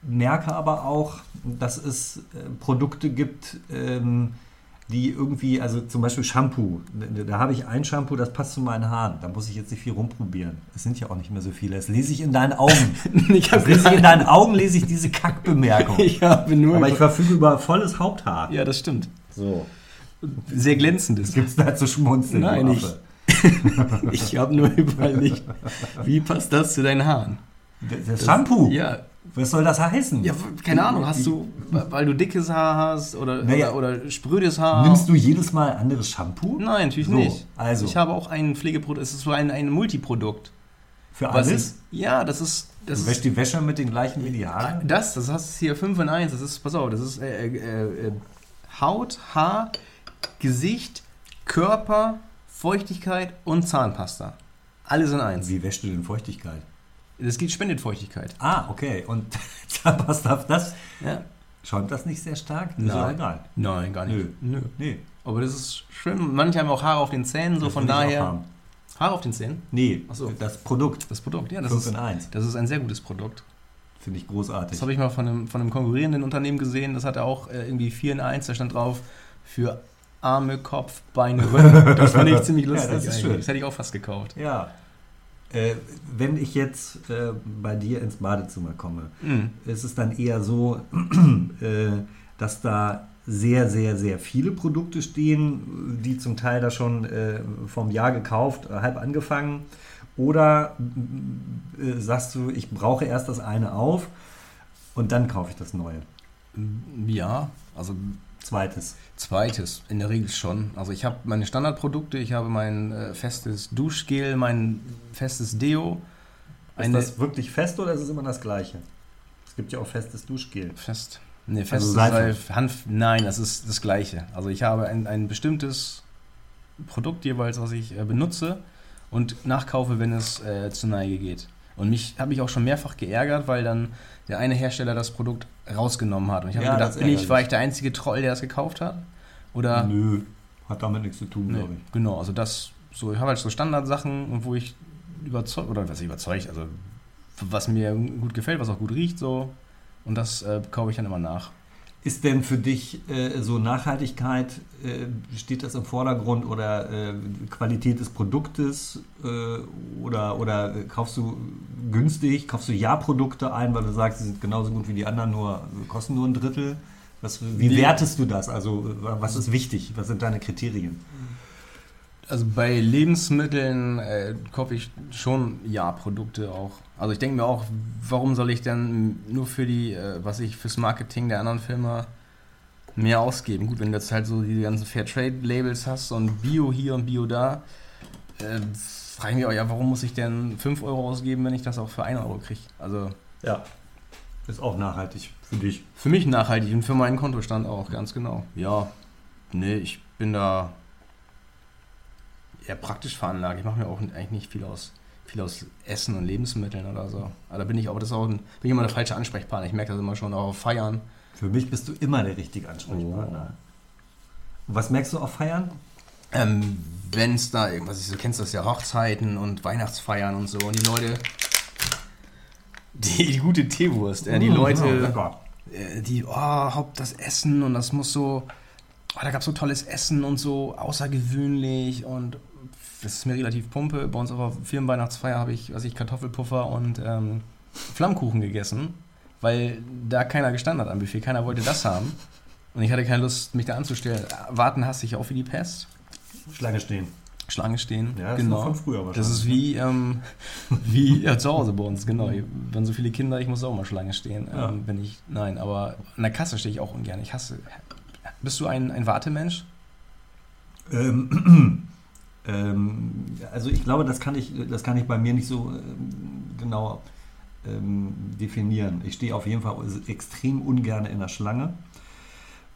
B: merke aber auch, dass es äh, Produkte gibt, ähm, die irgendwie, also zum Beispiel Shampoo. Da, da habe ich ein Shampoo, das passt zu meinen Haaren. Da muss ich jetzt nicht viel rumprobieren. Es sind ja auch nicht mehr so viele. Das lese ich in deinen Augen.
A: <laughs> ich,
B: Das
A: hab
B: lese ich in
A: gerade-
B: deinen Augen, lese ich diese Kackbemerkung.
A: ich habe nur.
B: Aber ich verfüge über volles Haupthaar.
A: Hm. ja, das stimmt.
B: So.
A: Sehr glänzendes.
B: Gibt's da zu schmunzeln? du
A: Nein, ich-
B: Affe?
A: Ich habe nur <laughs> überlegt, wie passt das zu deinen Haaren?
B: Das, das Shampoo.
A: Ja,
B: Was soll das heißen?
A: ja keine Ahnung. Hast du, weil du dickes Haar hast oder,
B: Naja.
A: oder, oder sprödes Haar?
B: Nimmst du jedes Mal ein anderes Shampoo?
A: Nein, natürlich
B: So,
A: nicht.
B: also.
A: Ich habe auch ein Pflegeprodukt, es ist so ein, ein Multiprodukt.
B: Für
A: Was
B: alles?
A: ist? Ja, das ist. Das,
B: Du
A: ist
B: wäschst die Wäsche mit den gleichen wie die Haare?
A: das, das hast du hier 5 in 1, das ist, pass auf, das ist äh, äh, äh, Haut, Haar, Gesicht, Körper, Feuchtigkeit und Zahnpasta. Alles in eins.
B: Wie wäschst du denn Feuchtigkeit?
A: Das geht, spendet Feuchtigkeit.
B: Ah, okay. Und <laughs> Zahnpasta, das
A: Ja?
B: schäumt das nicht sehr stark? Das
A: Nein.
B: Ist auch egal.
A: Nein, gar nicht.
B: Nö.
A: Nö.
B: Nee.
A: Aber das ist schön. Manche haben auch Haare auf den Zähnen, so
B: das
A: von
B: will ich auch
A: daher.
B: haben.
A: Haare auf den Zähnen?
B: Nee,
A: Ach so.
B: das Produkt.
A: Das Produkt, ja, das
B: 5
A: ist,
B: in 1.
A: das ist ein sehr gutes Produkt.
B: Finde ich großartig.
A: Das habe ich mal von einem, von einem konkurrierenden Unternehmen gesehen, das hatte auch äh, irgendwie 4 in 1, da stand drauf, für Arme, Kopf, Beine, Rücken. Das fand ich ziemlich lustig.
B: <laughs> Ja, das ist
A: eigentlich.
B: schön.
A: Das hätte ich auch fast gekauft.
B: Ja. Äh, wenn ich jetzt äh, bei dir ins Badezimmer komme,
A: Mhm.
B: ist es dann eher so, <clears throat> äh, dass da sehr, sehr, sehr viele Produkte stehen, die zum Teil da schon äh, vom Jahr gekauft, äh, halb angefangen. Oder äh, sagst du, ich brauche erst das eine auf und dann kaufe ich das neue.
A: Ja, also
B: Zweites.
A: Zweites, in der Regel schon. Also ich habe meine Standardprodukte, ich habe mein äh, festes Duschgel, mein festes Deo,
B: Ist
A: eine
B: das wirklich fest oder ist es immer das gleiche? Es gibt ja auch festes Duschgel.
A: fest, nee, festes
B: Also Seife.
A: Seife. Hanf, nein, das ist das gleiche. Also ich habe ein, ein bestimmtes Produkt jeweils, was ich äh, benutze und nachkaufe, wenn es äh, zur Neige geht. Und mich habe ich auch schon mehrfach geärgert, weil dann der eine Hersteller das Produkt rausgenommen hat. Und ich habe
B: Ja, das
A: gedacht,
B: ist
A: bin ich,
B: ärgerlich.
A: war ich der einzige Troll, der das gekauft hat? Oder
B: Nö, hat damit nichts zu tun,
A: Nee,
B: glaube ich.
A: Genau, also das, so, ich habe halt so Standardsachen, und wo ich überzeugt, oder was ich überzeugt, also was mir gut gefällt, was auch gut riecht, so. Und das äh, kaufe ich dann immer nach.
B: Ist denn für dich äh, so Nachhaltigkeit, äh, steht das im Vordergrund oder äh, Qualität des Produktes äh, oder, oder äh, kaufst du günstig, kaufst du Ja-Produkte ein, weil du sagst, sie sind genauso gut wie die anderen, nur äh, kosten nur ein Drittel? Was, wie
A: Nee.
B: wertest du das? Also äh, was ist wichtig? Was sind deine Kriterien?
A: Also bei Lebensmitteln äh, kaufe ich schon Ja-Produkte auch. Also ich denke mir auch, warum soll ich denn nur für die, äh, was ich fürs Marketing der anderen Firma mehr ausgeben? Gut, wenn du jetzt halt so die ganzen Fairtrade-Labels hast und Bio hier und Bio da, äh, frage ich mich auch, ja, warum muss ich denn 5 Euro ausgeben, wenn ich das auch für 1 Euro kriege? Also
B: Ja, ist auch nachhaltig für dich.
A: für mich nachhaltig und für meinen Kontostand auch, ganz genau. Ja, nee, ich bin da eher praktisch veranlagt. Ich mache mir auch eigentlich nicht viel aus, viel aus Essen und Lebensmitteln oder so. Aber da bin ich auch, das ist auch ein, bin ich immer der falsche Ansprechpartner. Ich merke das immer schon auch auf Feiern.
B: Für mich bist du immer der richtige
A: Oh,
B: Ansprechpartner. Was merkst du auf Feiern?
A: Ähm, Wenn es da irgendwas ist, du kennst das ja, Hochzeiten und Weihnachtsfeiern und so. Und die Leute, die, die gute Teewurst, äh, die
B: Mm,
A: Leute.
B: ja, lecker.
A: äh, die, oh, Haupt das Essen und das muss so, oh, da gab es so tolles Essen und so außergewöhnlich und das ist mir relativ Pumpe. Bei uns auf der Firmenweihnachtsfeier habe ich, was ich, Kartoffelpuffer und ähm, Flammkuchen gegessen, weil da keiner gestanden hat am Buffet, keiner wollte das haben. Und ich hatte keine Lust, mich da anzustellen. Warten hasse ich auch wie die Pest.
B: Schlange stehen.
A: Schlange stehen.
B: Ja, das ist noch von früher wahrscheinlich.
A: Genau. Das ist wie, ähm, wie ja, zu Hause bei uns, genau. Wenn so viele Kinder, ich muss auch mal Schlange stehen. Ähm,
B: Ja.
A: Wenn ich, nein, aber an der Kasse stehe ich auch ungern. Ich hasse. Bist du ein, ein Wartemensch?
B: Ähm, <clears throat> ähm, also ich glaube, das kann ich, das kann ich bei mir nicht so ähm, genau ähm, definieren. Ich stehe auf jeden Fall extrem ungern in der Schlange.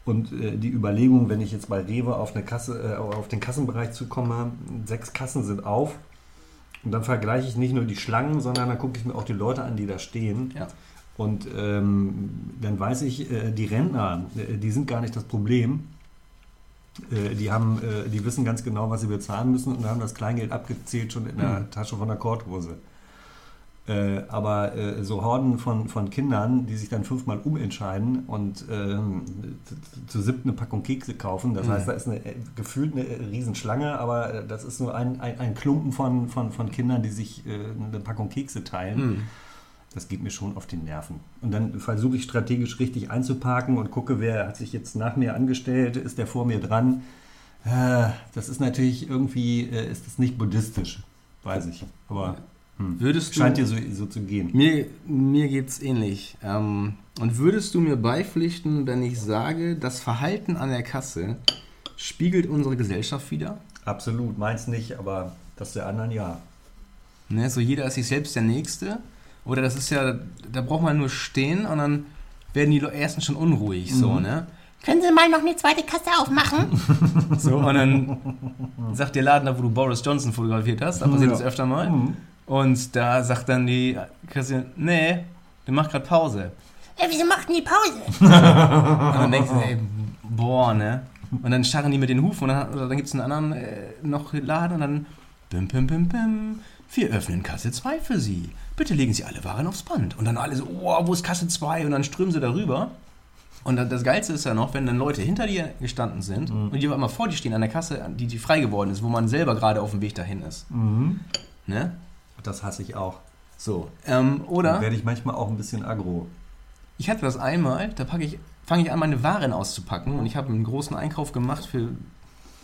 B: Und äh, die Überlegung, wenn ich jetzt bei Rewe auf, eine Kasse, äh, auf den Kassenbereich zukomme, sechs Kassen sind auf. Und dann vergleiche ich nicht nur die Schlangen, sondern dann gucke ich mir auch die Leute an, die da stehen.
A: Ja.
B: Und ähm, dann weiß ich, äh, die Rentner, äh, die sind gar nicht das Problem. Äh, die, haben, äh, die wissen ganz genau, was sie bezahlen müssen und haben das Kleingeld abgezählt schon in der
A: Hm.
B: Tasche von der Korthose. Äh, aber äh, so Horden von, von Kindern, die sich dann fünfmal umentscheiden und ähm, zu- zu siebten eine Packung Kekse kaufen, das
A: Mhm.
B: heißt, da ist eine, äh, gefühlt eine äh, Riesenschlange, aber äh, das ist nur ein, ein, ein Klumpen von, von, von Kindern, die sich äh, eine Packung Kekse teilen.
A: Hm.
B: Das geht mir schon auf den Nerven. Und dann versuche ich strategisch richtig einzuparken und gucke, wer hat sich jetzt nach mir angestellt, ist der vor mir dran. Äh, Das ist natürlich irgendwie, äh, ist das nicht buddhistisch, weiß ich. Aber hm.
A: Würdest
B: scheint
A: du.
B: dir so, so zu gehen.
A: Mir, mir geht's ähnlich. Ähm, und würdest du mir beipflichten, wenn ich sage, das Verhalten an der Kasse spiegelt unsere Gesellschaft wider?
B: Absolut, meins nicht, aber das der anderen ja.
A: Ne, so jeder ist sich selbst der Nächste. Oder das ist ja, da braucht man nur stehen und dann werden die Le- Ersten schon unruhig, so, ne?
C: Können Sie mal noch eine zweite Kasse aufmachen?
A: So, und dann sagt der Laden da, wo du Boris Johnson fotografiert hast, da passiert
B: Ja.
A: das öfter mal.
B: Mhm.
A: Und da sagt dann die Kassiererin, nee, der macht gerade Pause.
C: Äh, wieso macht denn die Pause?
A: Und dann denkst du, ey, boah, ne? Und dann scharren die mit den Hufen und dann, oder dann gibt es einen anderen äh, noch Laden und dann bim, bim, bim, bim. Wir öffnen Kasse 2 für Sie. Bitte legen Sie alle Waren aufs Band. Und dann alle so, oh, wo ist Kasse 2? Und dann strömen sie darüber. Und dann, das Geilste ist ja noch, wenn dann Leute hinter dir gestanden sind und die auf einmal vor dir stehen an der Kasse, die, die frei geworden ist, wo man selber gerade auf dem Weg dahin ist. Ne?
B: Das hasse ich auch. So,
A: Ähm,
B: dann
A: oder
B: werde ich manchmal auch ein bisschen aggro.
A: ich hatte das einmal, da packe ich, fange ich an, meine Waren auszupacken und ich habe einen großen Einkauf gemacht für,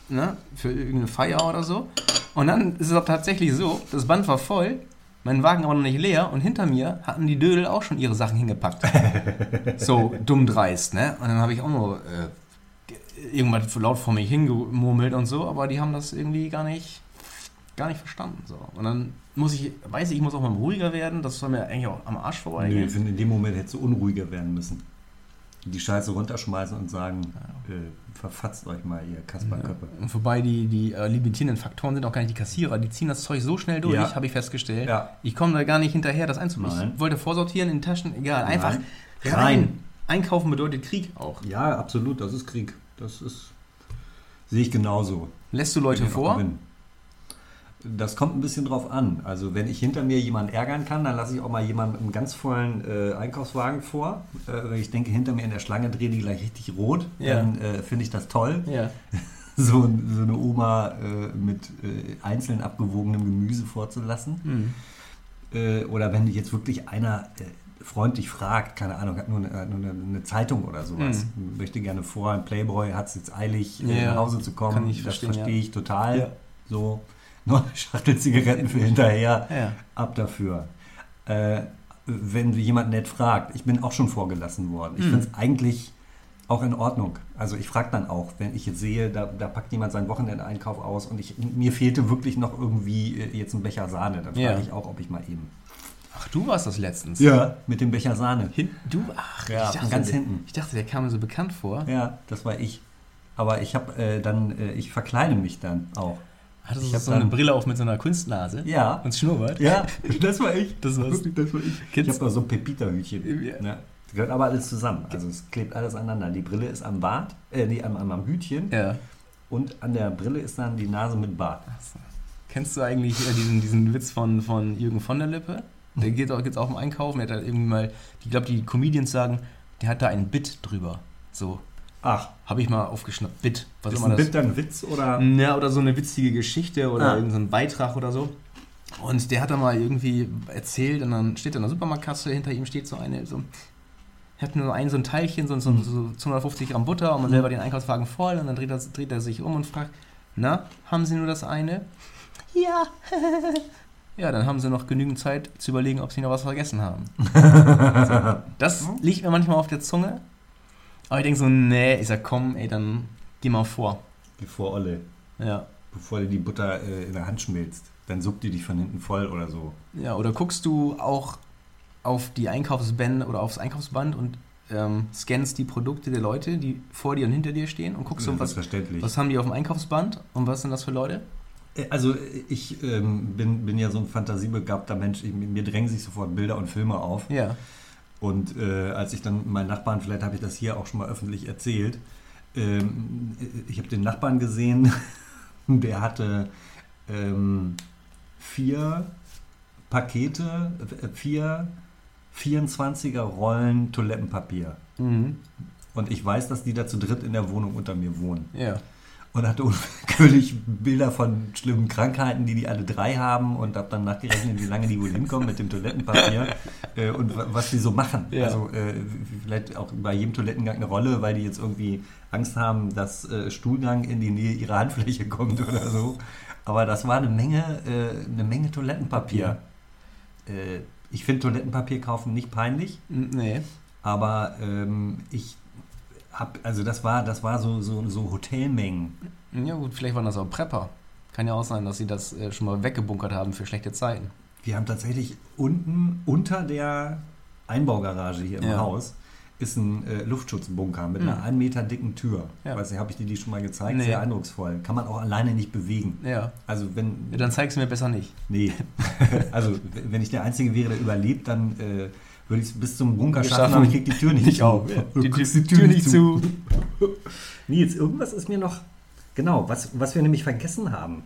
A: ne, für irgendeine Feier oder so. Und dann ist es auch tatsächlich so, das Band war voll, mein Wagen aber noch nicht leer und hinter mir hatten die Dödel auch schon ihre Sachen hingepackt. so dumm dreist, ne? Und dann habe ich auch nur äh, ge- irgendwas laut vor mich hingemurmelt und so, aber die haben das irgendwie gar nicht, gar nicht verstanden. So. Und dann muss ich, weiß ich, ich muss auch mal ruhiger werden, das soll mir eigentlich auch am Arsch vorbei.
B: Nee, ich finde, in dem Moment hättest du unruhiger werden müssen. Die Scheiße runterschmeißen und sagen, äh, verfatzt euch mal, ihr Kasperköppe.
A: Und wobei die, die äh, limitierenden Faktoren sind auch gar nicht die Kassierer. Die ziehen das Zeug so schnell durch,
B: Ja.
A: habe ich festgestellt.
B: Ja.
A: Ich komme da gar nicht hinterher, das einzumachen.
B: Nein.
A: Ich wollte vorsortieren in den Taschen, egal. Einfach
B: Nein.
A: rein.
B: Rein.
A: Einkaufen bedeutet Krieg auch.
B: Ja, absolut, das ist Krieg. Das ist, sehe ich genauso.
A: Lässt du Leute
B: Wenn ich noch
A: vor?
B: bin. Das kommt ein bisschen drauf an. Also wenn ich hinter mir jemanden ärgern kann, dann lasse ich auch mal jemanden im ganz vollen äh, Einkaufswagen vor. Äh, wenn ich denke, hinter mir in der Schlange drehen die gleich richtig rot,
A: Ja.
B: dann äh, finde ich das toll. <laughs>
A: Ja.
B: So, ein- so eine Oma äh, mit äh, einzeln abgewogenem Gemüse vorzulassen.
A: Hm.
B: Äh, oder wenn jetzt wirklich einer äh, freundlich fragt, keine Ahnung, hat nur eine, hat nur eine, eine Zeitung oder sowas, möchte gerne vor, ein Playboy hat es jetzt eilig, äh,
A: Hm. Ja,
B: nach Hause zu kommen.
A: kann ich
B: das
A: verstehen,
B: verstehe
A: ja.
B: ich total.
A: Ja.
B: So, <laughs> noch eine Schachtel Zigaretten für hinterher,
A: Ja.
B: ab dafür. Äh, wenn jemand nett fragt, ich bin auch schon vorgelassen worden.
A: Hm.
B: Ich finde es eigentlich auch in Ordnung. Also ich frage dann auch, wenn ich jetzt sehe, da, da packt jemand seinen Wochenendeinkauf aus und ich, mir fehlte wirklich noch irgendwie äh, jetzt ein Becher Sahne, dann frage
A: Ja.
B: ich auch, ob ich mal eben
A: Ach, du warst das letztens.
B: ja. Mit dem Becher Sahne.
A: Hin, du, ach,
B: Ja,
A: ich, dachte,
B: ganz
A: der,
B: hinten.
A: ich dachte, der kam mir so bekannt vor.
B: Ja, das war ich. Aber ich habe äh, dann, äh, ich verkleide mich dann auch.
A: Hattest
B: Ich
A: du
B: hab
A: so eine
B: dann-
A: Brille auf mit so einer Kunstnase?
B: Ja.
A: Und Schnurrbart?
B: Ja, das war ich.
A: <laughs> Das war's.
B: Wirklich, das war ich. Ich
A: Kennst-
B: habe da so ein Pepita-Hütchen.
A: Ja.
B: Ne? Das gehört aber alles zusammen. Also es klebt alles aneinander. Die Brille ist am Bart, äh, nee, am, am, am Hütchen.
A: Ja.
B: Und an der Brille ist dann die Nase mit Bart.
A: Kennst du eigentlich äh, diesen, diesen Witz von, von Jürgen von der Lippe? Der geht auch, geht's auch im Einkaufen. Der hat halt irgendwie mal, ich glaube, die Comedians sagen, der hat da ein Bit drüber. So,
B: Ach,
A: habe ich mal aufgeschnappt. Bit. Was
B: ist
A: immer
B: ein
A: das Hm.
B: Bit dann ein Witz oder?
A: ja, Ne, oder so eine witzige Geschichte oder
B: Ah.
A: irgendein so ein Beitrag oder so. Und der hat da mal irgendwie erzählt und dann steht da in der Supermarktkasse, hinter ihm steht so eine, so, er hat nur so ein, so ein Teilchen, so, so, so 250 Gramm Butter und man selber den Einkaufswagen voll und dann dreht er, dreht er sich um und fragt, na, haben Sie nur das eine? Ja. <laughs> ja, dann haben Sie noch genügend Zeit zu überlegen, ob Sie noch was vergessen haben. Das liegt mir manchmal auf der Zunge. Aber ich denke so, nee, ich sag, komm, ey, dann geh mal vor.
B: Bevor Olle,
A: Ja.
B: bevor dir die Butter äh, in der Hand schmilzt, dann suppt die dich von hinten voll oder so.
A: Ja, oder guckst du auch auf die Einkaufsbände oder aufs Einkaufsband und ähm, scannst die Produkte der Leute, die vor dir und hinter dir stehen und guckst, so, was,
B: Selbstverständlich.
A: was haben die auf dem Einkaufsband und was sind das für Leute?
B: Äh, Also äh, ich ähm, bin, bin ja so ein fantasiebegabter Mensch. Ich, mir drängen sich sofort Bilder und Filme auf.
A: Ja.
B: Und äh, als ich dann meinen Nachbarn, vielleicht habe ich das hier auch schon mal öffentlich erzählt, ähm, äh, ich habe den Nachbarn gesehen, <laughs> der hatte ähm, vier Pakete, äh, vier 24er Rollen Toilettenpapier.
A: Mhm.
B: Und ich weiß, dass die da zu dritt in der Wohnung unter mir wohnen
A: Ja.
B: und hatte unwillkürlich Bilder von schlimmen Krankheiten, die die alle drei haben und habe dann nachgerechnet, wie lange die wohl hinkommen mit dem Toilettenpapier äh, und wa- was die so machen.
A: Ja.
B: Also äh, vielleicht auch bei jedem Toilettengang eine Rolle, weil die jetzt irgendwie Angst haben, dass äh, Stuhlgang in die Nähe ihrer Handfläche kommt oder so. Aber das war eine Menge, äh, eine Menge Toilettenpapier. Äh, ich finde Toilettenpapier kaufen nicht peinlich.
A: N- Nee.
B: Aber ähm, ich hab, also das war, das war so, so, so Hotelmengen.
A: Ja gut, vielleicht waren das auch Prepper. Kann ja auch sein, dass sie das äh, schon mal weggebunkert haben für schlechte Zeiten.
B: Wir haben tatsächlich unten unter der Einbaugarage hier im
A: Ja.
B: Haus ist ein äh, Luftschutzbunker mit einer
A: Mhm.
B: einen Meter dicken Tür.
A: Ja.
B: Weiß nicht, habe ich dir die schon mal gezeigt?
A: Nee.
B: Sehr eindrucksvoll. Kann man auch alleine nicht bewegen.
A: Ja.
B: Also wenn
A: ja dann zeig's mir besser nicht.
B: nee, <laughs> also w- wenn ich der Einzige wäre, der überlebt, dann äh, würde ich es bis zum Bunker
A: Geschaffen.
B: schaffen, aber ich krieg die Tür nicht, zu. <laughs>
A: Die,
B: Du
A: die,
B: kriegst
A: die Tür nicht zu.
B: Nils, irgendwas ist mir noch. Genau, was, was wir nämlich vergessen haben.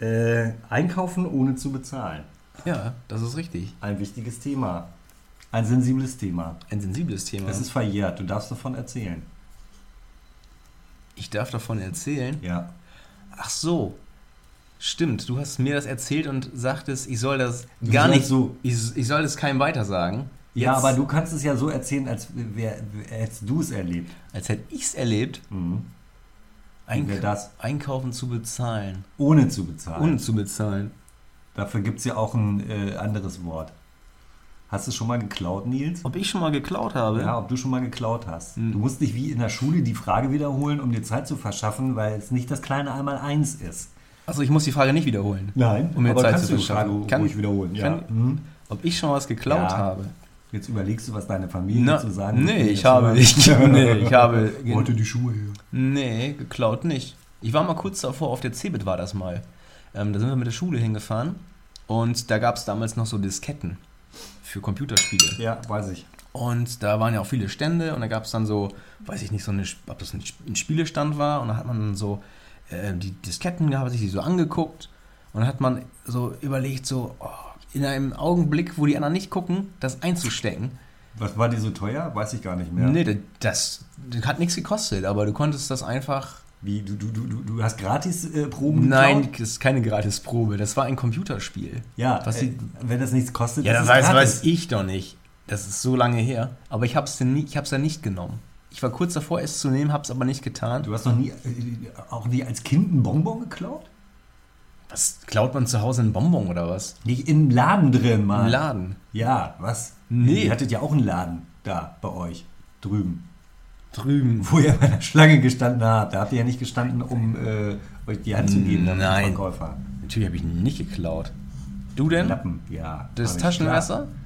B: Äh, einkaufen ohne zu bezahlen.
A: Ja, das ist richtig.
B: Ein wichtiges Thema. Ein sensibles Thema.
A: Ein sensibles Thema.
B: Das ist verjährt. Du darfst davon erzählen.
A: ich darf davon erzählen.
B: Ja.
A: Ach so. Stimmt, du hast mir das erzählt und sagtest, ich soll das
B: Du
A: gar
B: sollst
A: nicht
B: so.
A: Ich, ich soll es keinem weitersagen.
B: Ja,
A: Jetzt-
B: aber du kannst es ja so erzählen, als, wär, hättest du es erlebt.
A: Als hätte ich es erlebt,
B: Mhm.
A: Eink
B: Wäre das
A: Einkaufen zu bezahlen.
B: ohne zu bezahlen.
A: Ohne zu bezahlen.
B: Dafür gibt es ja auch ein äh, anderes Wort. Hast du schon mal geklaut, Nils?
A: Ob ich schon mal geklaut habe?
B: Ja, ob du schon mal geklaut hast.
A: Mhm.
B: Du musst nicht wie in der Schule die Frage wiederholen, um dir Zeit zu verschaffen, weil es nicht das kleine einmal eins ist.
A: Also ich muss die Frage nicht wiederholen.
B: Nein,
A: Um mir
B: aber
A: Zeit
B: kannst
A: zu
B: du die Frage
A: verschaffen. Kann-
B: ruhig wiederholen. Ja.
A: kann-
B: Mhm.
A: Ob ich schon was geklaut
B: Ja.
A: habe?
B: Jetzt überlegst du, was deine Familie
A: Na,
B: zu sagen
A: nee,
B: wird.
A: ich habe
B: <laughs>
A: nicht- nee, ich habe-
B: Wollte die Schuhe her.
A: Nee, geklaut nicht. Ich war mal kurz davor, auf der Cebit war das mal. Ähm, da sind wir mit der Schule hingefahren und da gab es damals noch so Disketten für Computerspiele.
B: Ja, weiß ich.
A: Und da waren ja auch viele Stände und da gab es dann so, weiß ich nicht, so eine, ob das ein, Sp- ein Spielestand war und da hat man dann so äh, die Disketten gehabt, sich die so angeguckt und dann hat man so überlegt, so oh, in einem Augenblick, wo die anderen nicht gucken, das einzustecken.
B: Was war die so teuer? Weiß ich gar nicht mehr.
A: Nee, das, das, das hat nichts gekostet, aber du konntest das einfach.
B: Wie, du, du, du, du- du hast gratis äh, Proben
A: Nein,
B: geklaut?
A: das ist keine Gratisprobe, das war ein Computerspiel.
B: Ja,
A: Was
B: äh,
A: die-
B: wenn das nichts kostet,
A: Ja,
B: ist
A: das
B: es
A: weiß,
B: gratis.
A: weiß ich doch nicht. Das ist so lange her. Aber ich hab's denn nie, ich hab's ja nicht genommen. Ich war kurz davor, es zu nehmen, hab's aber nicht getan.
B: Du hast noch nie, äh, auch nie als Kind einen Bonbon geklaut?
A: Was klaut man zu Hause einen Bonbon oder was?
B: Nicht im Laden drin, Mann.
A: Im Laden.
B: Ja, was?
A: Nee.
B: Ihr hattet ja auch einen Laden da bei euch drüben,
A: Drüben.
B: wo ihr bei der Schlange gestanden habt. Da habt ihr ja nicht gestanden, um äh, euch die Hand zu geben, damit
A: Nein.
B: die Verkäufer.
A: Natürlich habe ich nicht geklaut. Du denn?
B: Lappen, ja.
A: Das
B: hab ich,
A: Taschenmesser?
B: klar. <laughs>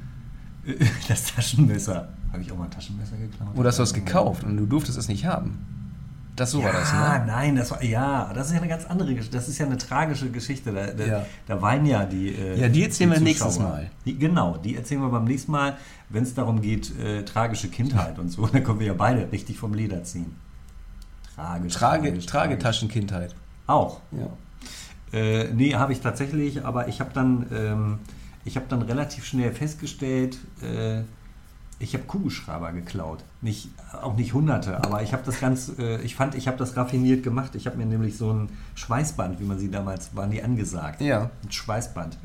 B: Äh, Das Taschenmesser. Habe ich auch mal ein Taschenmesser geklaut?
A: Oder Oh, hast du es gekauft und du durftest es nicht haben? Das so war das,
B: Ah,
A: ne?
B: nein, das war ja, das ist ja eine ganz andere Geschichte. Das ist ja eine tragische Geschichte. Da, da,
A: Ja.
B: da weinen ja die. äh,
A: Ja, die erzählen wir nächstes
B: Zuschauer.
A: Mal.
B: Die, genau, die erzählen wir beim nächsten Mal, wenn es darum geht, äh, tragische Kindheit und so. <laughs> Da können wir ja beide richtig vom Leder ziehen. Tragisch.
A: Trage,
B: tragisch, tragisch.
A: Tragetaschenkindheit.
B: Auch.
A: Ja.
B: Äh, nee, habe ich tatsächlich, aber ich habe dann, ähm, ich habe dann relativ schnell festgestellt, äh, ich habe Kugelschreiber geklaut. Nicht, auch nicht hunderte, aber ich habe das ganz, äh, ich fand, ich habe das raffiniert gemacht. Ich habe mir nämlich so ein Schweißband, wie man sie damals, waren die angesagt.
A: Ja. Hm.
B: Ein Schweißband.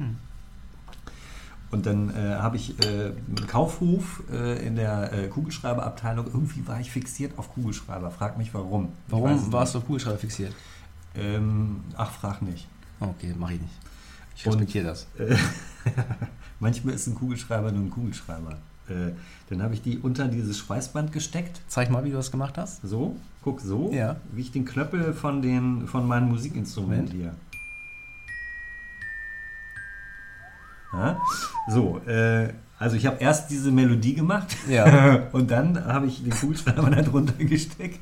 B: Und dann äh, habe ich äh, im Kaufhof äh, in der äh, Kugelschreiberabteilung, irgendwie war ich fixiert auf Kugelschreiber. Frag mich warum. Ich weiß es
A: Warum warst du auf Kugelschreiber fixiert?
B: nicht. Ähm, ach, frag nicht.
A: Okay, mach ich nicht. Ich
B: Und-
A: respektiere das.
B: Äh, Manchmal ist ein Kugelschreiber nur ein Kugelschreiber. Äh, dann habe ich die unter dieses Schweißband gesteckt.
A: Zeig mal, wie du das gemacht hast.
B: So, guck so,
A: Ja.
B: wie ich den Klöppel von, den, von meinem
A: Moment.
B: Musikinstrument hier. Ja? So, äh, also ich habe erst diese Melodie gemacht
A: Ja.
B: <laughs> und dann habe ich den Kugelschreiber <laughs> da drunter gesteckt.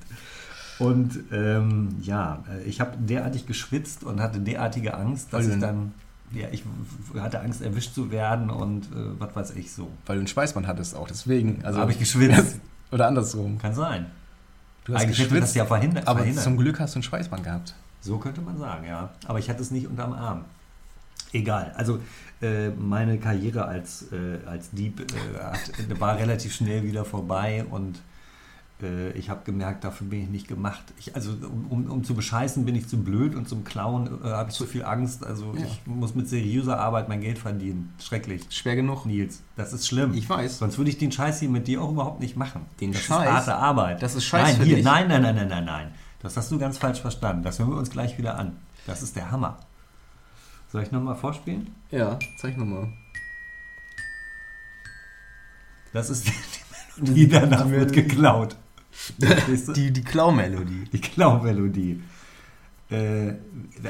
B: Und ähm, ja, äh, ich habe derartig geschwitzt und hatte derartige Angst, dass
A: Weil du
B: ich
A: den-
B: dann, ja, ich w- hatte Angst, erwischt zu werden und äh, was weiß ich so.
A: Weil du ein Schweißband hattest auch, deswegen. Also,
B: Also habe
A: <laughs>
B: ich geschwitzt.
A: oder andersrum.
B: Kann sein.
A: Du hast
B: Eigentlich hätte man das
A: geschwitzt,
B: ja verhindert.
A: aber
B: verhindert.
A: zum Glück hast du ein Schweißband gehabt.
B: So könnte man sagen, ja. Aber ich hatte es nicht unterm Arm. Egal. Also äh, meine Karriere als, äh, als Dieb äh, hat, war relativ schnell wieder vorbei und äh, ich habe gemerkt, dafür bin ich nicht gemacht. Ich, also um, um, um zu bescheißen bin ich zu blöd und zum Klauen äh, habe ich zu viel Angst. Also
A: Ja.
B: ich muss mit seriöser Arbeit mein Geld verdienen. Schrecklich.
A: Schwer genug.
B: Nils, das ist schlimm.
A: Ich weiß.
B: Sonst würde ich den Scheiß hier mit dir auch überhaupt nicht machen.
A: Den
B: das
A: Scheiß?
B: ist harte Arbeit.
A: Das ist Scheiß
B: nein,
A: für
B: hier,
A: dich.
B: Nein, nein, nein, nein, nein, nein. Das hast du ganz falsch verstanden. Das hören wir uns gleich wieder an. Das ist der Hammer. Soll ich nochmal vorspielen?
A: Ja, zeig nochmal.
B: Das ist <laughs> die Melodie, danach wird
A: Melodie.
B: geklaut. Verstehst du?
A: Die, die Klaumelodie.
B: die Klau-Melodie. Äh,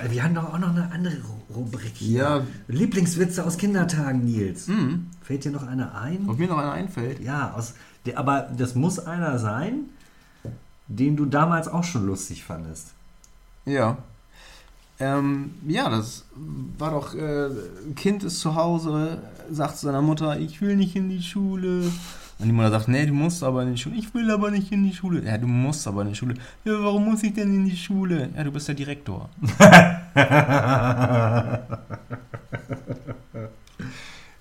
B: wir haben doch auch noch eine andere Ru- Rubrik hier.
A: Ja.
B: Lieblingswitze aus Kindertagen, Nils.
A: Mhm.
B: Fällt dir noch einer ein?
A: Ob mir noch einer einfällt?
B: Ja, aus, der, aber das muss einer sein, den du damals auch schon lustig fandest.
A: Ja. Ähm, ja, das war doch, äh, ein Kind ist zu Hause, sagt zu seiner Mutter, ich will nicht in die Schule. Und die Mutter sagt, nee, du musst aber in die Schule. Ich will aber nicht in die Schule. Ja, du musst aber in die Schule. Ja, warum muss ich denn in die Schule? Ja, du bist der Direktor.
B: <laughs>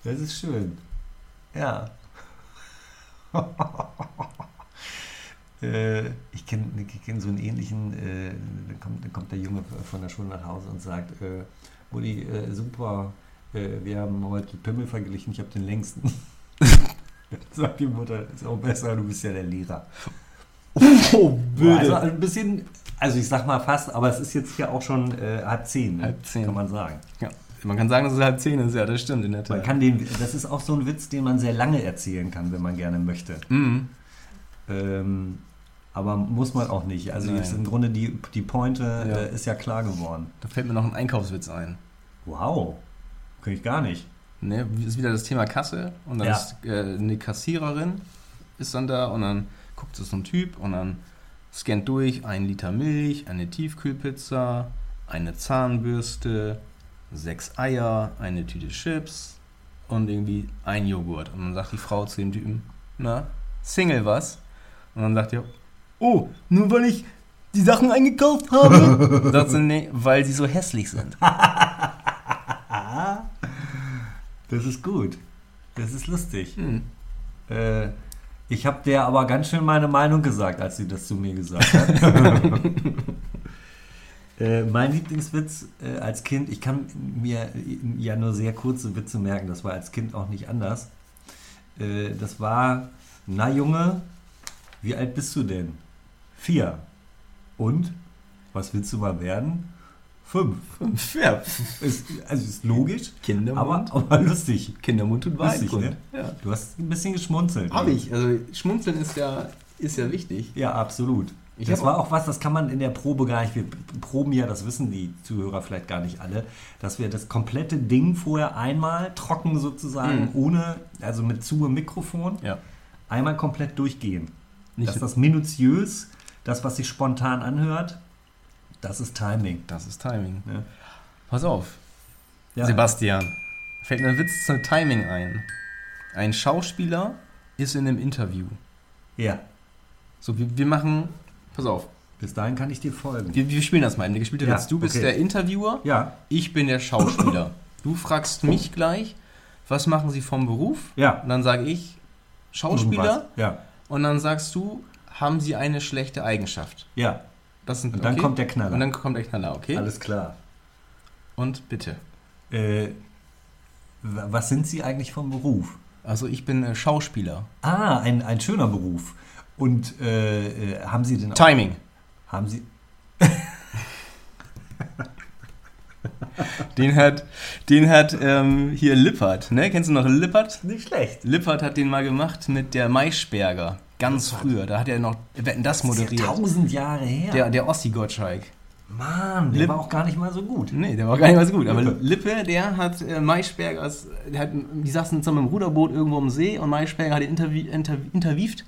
B: Das ist schön. Ja. <laughs> Äh, ich kenne ich kenn so einen ähnlichen, äh, dann, kommt, dann kommt der Junge von der Schule nach Hause und sagt, äh, Mutti, äh, super, äh, wir haben heute die Pimmel verglichen, ich habe den längsten. <laughs> sagt die Mutter, ist auch besser, du bist ja der Lehrer.
A: Oh,
B: Also ein bisschen, also ich sag mal fast, aber es ist jetzt ja auch schon äh, halb zehn, ne?
A: Halb zehn.
B: kann man sagen.
A: Ja. Man kann sagen, dass es halb zehn ist, ja, das stimmt in der
B: Man
A: Tat.
B: kann den, das ist auch so ein Witz, den man sehr lange erzählen kann, wenn man gerne möchte.
A: Mhm.
B: Ähm, aber muss man auch nicht. Also
A: Nein.
B: jetzt im Grunde die, die Pointe
A: Ja.
B: äh, ist ja klar geworden.
A: Da fällt mir noch ein Einkaufswitz ein.
B: Wow, kann ich gar nicht.
A: Ne? Ist wieder das Thema Kasse und dann
B: Ja.
A: ist äh, eine Kassiererin ist dann da und dann guckt es so ein Typ und dann scannt durch ein Liter Milch, eine Tiefkühlpizza, eine Zahnbürste, sechs Eier, eine Tüte Chips und irgendwie ein Joghurt. Und dann sagt die Frau zu dem Typen, na, Single was? Und dann sagt er, oh, nur weil ich die Sachen eingekauft
B: <laughs>
A: habe. sagt sie, nee, weil sie so hässlich sind.
B: Ah. Das ist gut. Das ist lustig.
A: Hm.
B: Äh, ich habe der aber ganz schön meine Meinung gesagt, als sie das zu mir gesagt hat.
A: <laughs>
B: Äh, mein Lieblingswitz äh, als Kind, ich kann mir äh, ja nur sehr kurze Witze merken, das war als Kind auch nicht anders. Äh, das war, na Junge, wie alt bist du denn? Vier. Und? Was willst du mal werden? Fünf.
A: Ja,
B: Ist, also ist logisch, aber,
A: Kindermund.
B: aber lustig.
A: Kindermund tut
B: Weiß
A: weit.
B: ich,
A: Grund.
B: ne?
A: Ja.
B: Du hast ein bisschen geschmunzelt.
A: Hab ich. Also schmunzeln ist ja, ist ja wichtig.
B: Ja, absolut.
A: Ich
B: das
A: hab-
B: war auch was, das kann man in der Probe gar nicht. Wir proben ja, das wissen die Zuhörer vielleicht gar nicht alle, dass wir das komplette Ding vorher einmal trocken sozusagen, ohne, also mit zuem Mikrofon,
A: Mhm. Ja.
B: einmal komplett durchgehen.
A: Nicht-
B: dass das minutiös, das, was sich spontan anhört, das ist Timing.
A: Das ist Timing.
B: Ja.
A: Pass auf,
B: Ja,
A: Sebastian. Fällt mir ein Witz zum Timing ein. Ein Schauspieler ist in einem Interview.
B: ja.
A: So, wir, wir machen. Pass auf,
B: bis dahin kann ich dir folgen.
A: wir, wir spielen das mal. Der gespielte
B: Ja,
A: Witz. Du bist
B: okay.
A: der Interviewer,
B: Ja,
A: ich bin der Schauspieler. du fragst mich gleich, was machen sie vom Beruf?
B: ja.
A: Und dann sage ich, Schauspieler.
B: Irgendwas. Ja,
A: Und dann sagst du, haben sie eine schlechte Eigenschaft?
B: ja.
A: Das sind,
B: Und dann
A: okay?
B: kommt der Knaller.
A: Und dann kommt der Knaller, okay?
B: Alles klar.
A: Und bitte.
B: Äh, wa- was sind Sie eigentlich vom Beruf?
A: Also ich bin äh, Schauspieler.
B: Ah, ein, ein schöner Beruf. Und äh, äh, haben Sie denn auch,
A: Timing.
B: haben Sie
A: Den hat, den hat ähm, hier Lippert, ne? Kennst du noch Lippert?
B: nicht schlecht
A: Lippert hat den mal gemacht mit der Maischberger. Ganz früher. Da hat er noch Wetten, das moderiert.
B: Tausend Jahre her.
A: Der, der Ossi-Gottschalk.
B: Mann, der
A: Lip-
B: war auch gar nicht mal so gut.
A: Nee, der war gar nicht mal so gut. Aber
B: Lippe.
A: Lippe, der hat äh, Maischberger, als- der hat, die saßen zusammen im Ruderboot irgendwo am See und Maischberger hat ihn intervie interv- interviewt,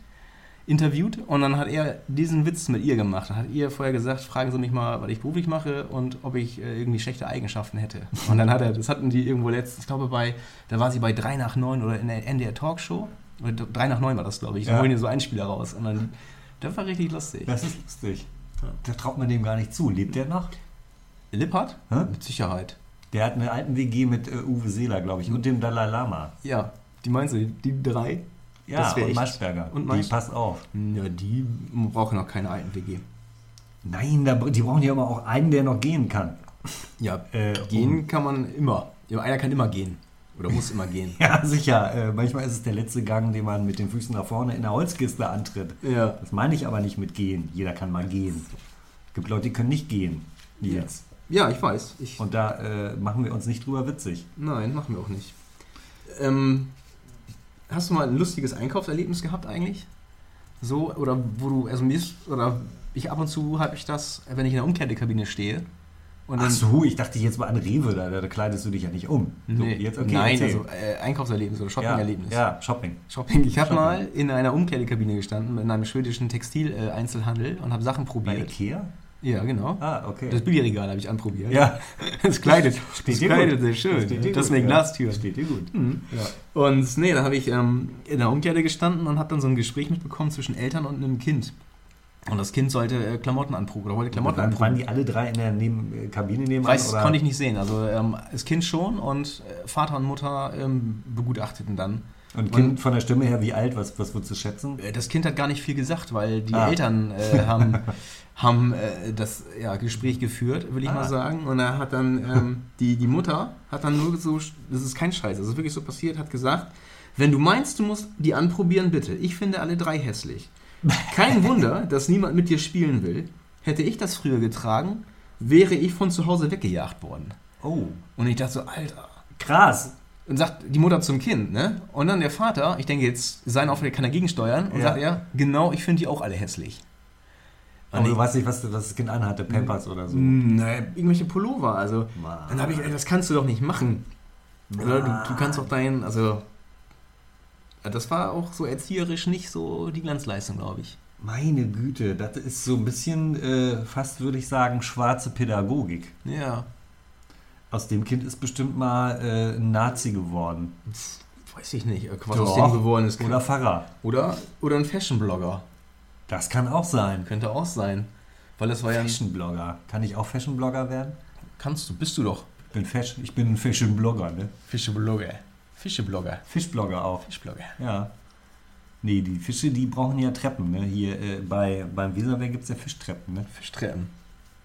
A: interviewt und dann hat er diesen Witz mit ihr gemacht. Dann hat ihr vorher gesagt, fragen Sie mich mal, was ich beruflich mache und ob ich äh, irgendwie schlechte Eigenschaften hätte. Und dann hat er, das hatten die irgendwo letztens, ich glaube bei, da war sie bei 3 nach 9 oder in der NDR Talkshow. Oder 3 nach 9 war das, glaube ich.
B: Ja.
A: Da holen die so einen Spieler raus. Und dann, das war richtig lustig.
B: Das ist lustig.
A: Ja.
B: Da traut man dem gar nicht zu. Lebt der noch?
A: Lippert?
B: Hä?
A: Mit Sicherheit.
B: Der hat eine alten WG mit äh, Uwe Seeler, glaube ich, und dem Dalai Lama.
A: Ja, die meinst du, die drei?
B: Ja,
A: Das wär
B: und
A: echt.
B: Maschberger.
A: Und
B: die
A: Maisch-
B: passt auf.
A: Ja, die brauchen noch keine alten WG.
B: Nein, da, die brauchen ja immer auch einen, der noch gehen kann.
A: Ja,
B: Äh,
A: gehen kann man immer. Ja, einer kann immer gehen. Oder muss immer
B: <laughs>
A: gehen.
B: <laughs> Ja, sicher. Äh, manchmal ist es der letzte Gang, den man mit den Füßen nach vorne in der Holzkiste antritt.
A: Ja.
B: Das meine ich aber nicht mit gehen. Jeder kann mal gehen. Es gibt Leute, die können nicht gehen. Jetzt.
A: Ja, ich weiß. Ich,
B: Und da äh, machen wir uns nicht drüber witzig.
A: nein, machen wir auch nicht. Ähm, hast du mal ein lustiges Einkaufserlebnis gehabt eigentlich? So, oder wo du, also mir ist, oder ich ab und zu habe ich das, wenn ich in der Umkleidekabine stehe. Und
B: Ach so, ich dachte jetzt mal an Rewe, da, da kleidest du dich ja nicht um. So,
A: Nee,
B: jetzt, okay,
A: nein,
B: erzähl.
A: also äh, Einkaufserlebnis oder
B: ja,
A: Shoppingerlebnis.
B: ja, Shopping.
A: Shopping. Ich habe
B: Shopping.
A: mal in einer Umkleidekabine gestanden, in einem schwedischen Textileinzelhandel und habe Sachen
B: Bei
A: probiert.
B: Ikea?
A: Ja, genau.
B: Ah, okay.
A: Das Billigregal habe ich anprobiert.
B: ja,
A: <laughs> Das kleidet, das
B: Steht dir
A: kleidet
B: gut.
A: sehr
B: Steht dir
A: schön. Das ist eine
B: gut, ja.
A: Glastür. Mhm.
B: steht dir gut. Ja.
A: Und nee, da habe ich ähm, in der Umkleide gestanden und habe dann so ein Gespräch mitbekommen zwischen Eltern und einem Kind. Und das Kind sollte äh, Klamotten anproben oder wollte Klamotten
B: Waren, waren
A: anproben.
B: die alle drei in der neben, äh, Kabine nebenan?
A: Weiß,
B: oder?
A: konnte ich nicht sehen. Also ähm, das Kind schon und äh, Vater und Mutter ähm, begutachteten dann
B: Und Kind von der Stimme her, wie alt? Was, was würdest du schätzen?
A: Äh, Das Kind hat gar nicht viel gesagt, weil die
B: Ah.
A: Eltern
B: <laughs>
A: äh, haben, haben äh, das ja, Gespräch geführt, würde ich
B: Ah.
A: mal sagen. Und er hat dann, ähm, die, die Mutter hat dann nur so, das ist kein Scheiß, das ist wirklich so passiert, hat gesagt, wenn du meinst, du musst die anprobieren, bitte. Ich finde alle drei hässlich. Kein Wunder,
B: <laughs>
A: dass niemand mit dir spielen will. Hätte ich das früher getragen, wäre ich von zu Hause weggejagt worden.
B: Oh,
A: Und ich dachte so, Alter,
B: krass.
A: und sagt die Mutter zum Kind, ne? Und dann der Vater, ich denke jetzt, sein Auftrag kann er gegensteuern, und
B: Ja.
A: sagt ja, genau, ich finde die auch alle hässlich. Und
B: Aber Oh, du
A: ich-
B: weißt nicht, was, was das Kind anhatte, Pampers oder so.
A: Naja, irgendwelche Pullover, also.
B: Mann.
A: Mhm. Dann habe ich, ey, das kannst du doch nicht machen. Oder du, du kannst doch deinen, also. ja, Das war auch so erzieherisch nicht so die Glanzleistung, glaube ich.
B: Meine Güte, das ist so ein bisschen, äh, fast würde ich sagen, schwarze Pädagogik.
A: Ja.
B: Aus dem Kind ist bestimmt mal äh, ein Nazi geworden.
A: Pff, Weiß ich nicht, was
B: Doch.
A: aus dem geworden ist.
B: Oder Pfarrer.
A: oder, oder ein Fashion-Blogger.
B: Das kann auch sein.
A: Könnte auch sein. Weil das war ja.
B: Fashion-Blogger. Kann ich auch Fashion-Blogger werden?
A: Kannst du, bist du doch.
B: Ich bin, Fashion, ich bin ein Fashion-Blogger, ne?
A: Fische-Blogger. Fische-Blogger.
B: Fischblogger auch.
A: Fischblogger.
B: Ja. Nee, die Fische, die brauchen ja Treppen, ne? Hier äh, bei, beim Weserberg gibt es ja Fischtreppen, ne?
A: Fischtreppen.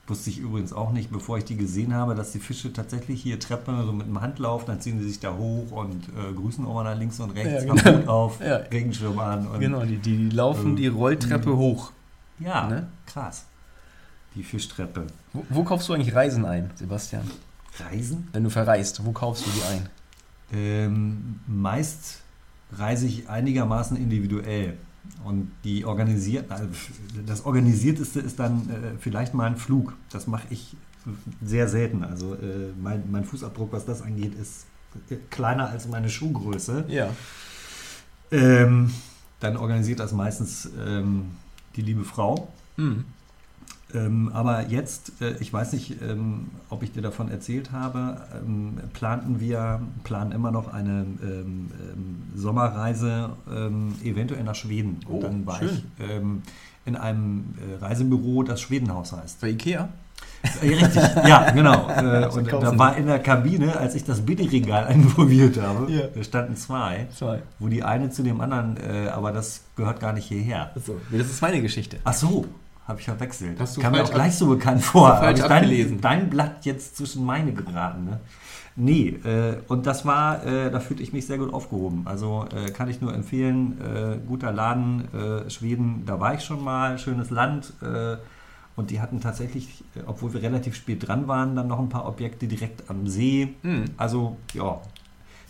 B: Wusste ich übrigens auch nicht, bevor ich die gesehen habe, dass die Fische tatsächlich hier Treppen so mit dem Handlauf, dann ziehen sie sich da hoch und äh, grüßen auch mal nach links und rechts,
A: Ja,
B: haben
A: genau.
B: Hut auf,
A: Ja.
B: Regenschirm an und
A: Genau, die, die laufen die Rolltreppe hoch.
B: ja,
A: Ne?
B: krass. Die Fischtreppe.
A: Wo, wo kaufst du eigentlich Reisen ein, Sebastian?
B: Reisen?
A: Wenn du verreist, wo kaufst du die ein?
B: Ähm, meist reise ich einigermaßen individuell. Und die organisiert, also das Organisierteste ist dann äh, vielleicht mal ein Flug. Das mache ich sehr selten. Also äh, mein, mein Fußabdruck, was das angeht, ist äh, kleiner als meine Schuhgröße.
A: Ja.
B: Ähm, dann organisiert das meistens ähm, die liebe Frau.
A: Hm.
B: Ähm, aber jetzt, äh, ich weiß nicht, ähm, ob ich dir davon erzählt habe, ähm, planten wir, planen immer noch eine ähm, ähm, Sommerreise ähm, eventuell nach Schweden.
A: Oh,
B: Und dann war
A: schön.
B: ich ähm, in einem äh, Reisebüro, das Schwedenhaus
A: <laughs>
B: heißt.
A: Bei Ikea?
B: Äh, richtig,
A: <laughs>
B: ja, genau. Äh,
A: Sie
B: und da
A: kaufen.
B: war in der Kabine, als ich das Billigregal <laughs> einprobiert habe,
A: Ja.
B: da standen zwei,
A: Zwei.
B: wo die eine zu dem anderen, äh, aber das gehört gar nicht hierher.
A: Achso, das ist meine Geschichte.
B: Ach so, habe ich verwechselt.
A: Hast du
B: Kam mir
A: falsch
B: auch
A: ab-
B: gleich so bekannt vor.
A: Hast du falsch
B: Hab ich dein,
A: abgelesen.
B: dein Blatt jetzt zwischen meine geraten. Ne? Nee, äh, und das war, äh, da fühlte ich mich sehr gut aufgehoben. Also äh, kann ich nur empfehlen, äh, guter Laden, äh, Schweden, da war ich schon mal, schönes Land. Äh, und die hatten tatsächlich, äh, obwohl wir relativ spät dran waren, dann noch ein paar Objekte direkt am See.
A: Hm.
B: Also ja,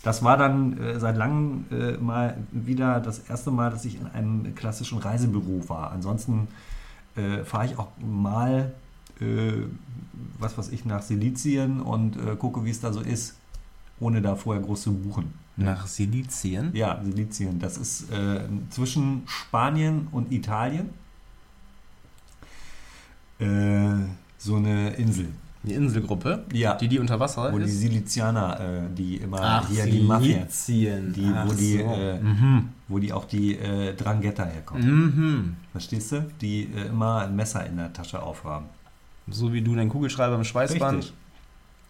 B: das war dann äh, seit langem äh, mal wieder das erste Mal, dass ich in einem klassischen Reisebüro war. Ansonsten äh, fahre ich auch mal, äh, was weiß ich, nach Silizien und äh, gucke, wie es da so ist, ohne da vorher groß zu buchen.
A: Nach Silizien?
B: Ja, Silizien, das ist äh, zwischen Spanien und Italien. Äh, so eine Insel.
A: Die Inselgruppe,
B: Ja,
A: die die unter Wasser
B: wo die
A: ist.
B: Silizianer, äh, die immer hier die Mafia die,
A: Ach,
B: wo, die,
A: so.
B: äh,
A: mhm.
B: wo die auch die äh, Drangheta herkommen.
A: Mhm.
B: Verstehst du? Die äh, immer ein Messer in der Tasche aufhaben.
A: So wie du deinen Kugelschreiber im Schweißband.
B: Richtig.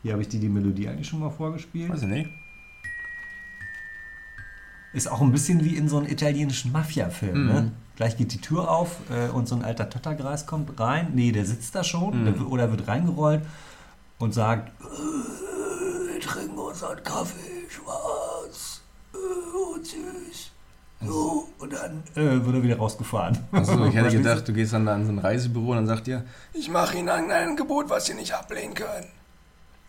B: Hier habe ich dir die Melodie eigentlich schon mal vorgespielt.
A: Weiß ich nicht.
B: Ist auch ein bisschen wie in so einem italienischen Mafia-Film.
A: Mhm.
B: Ne? Gleich geht die Tür auf äh, und so ein alter Töttergreis kommt rein. Nee, der sitzt da schon
A: Mhm.
B: der, wi- oder wird reingerollt und sagt: äh, Wir trinken unseren Kaffee schwarz äh, und süß. So, und dann äh, wird er wieder rausgefahren.
A: <laughs> Achso, Also ich hätte
B: <laughs> Verstehst du?
A: gedacht, du gehst dann da in so ein Reisebüro und dann sagt ihr,
D: Ich mache Ihnen ein Angebot, was Sie nicht ablehnen können.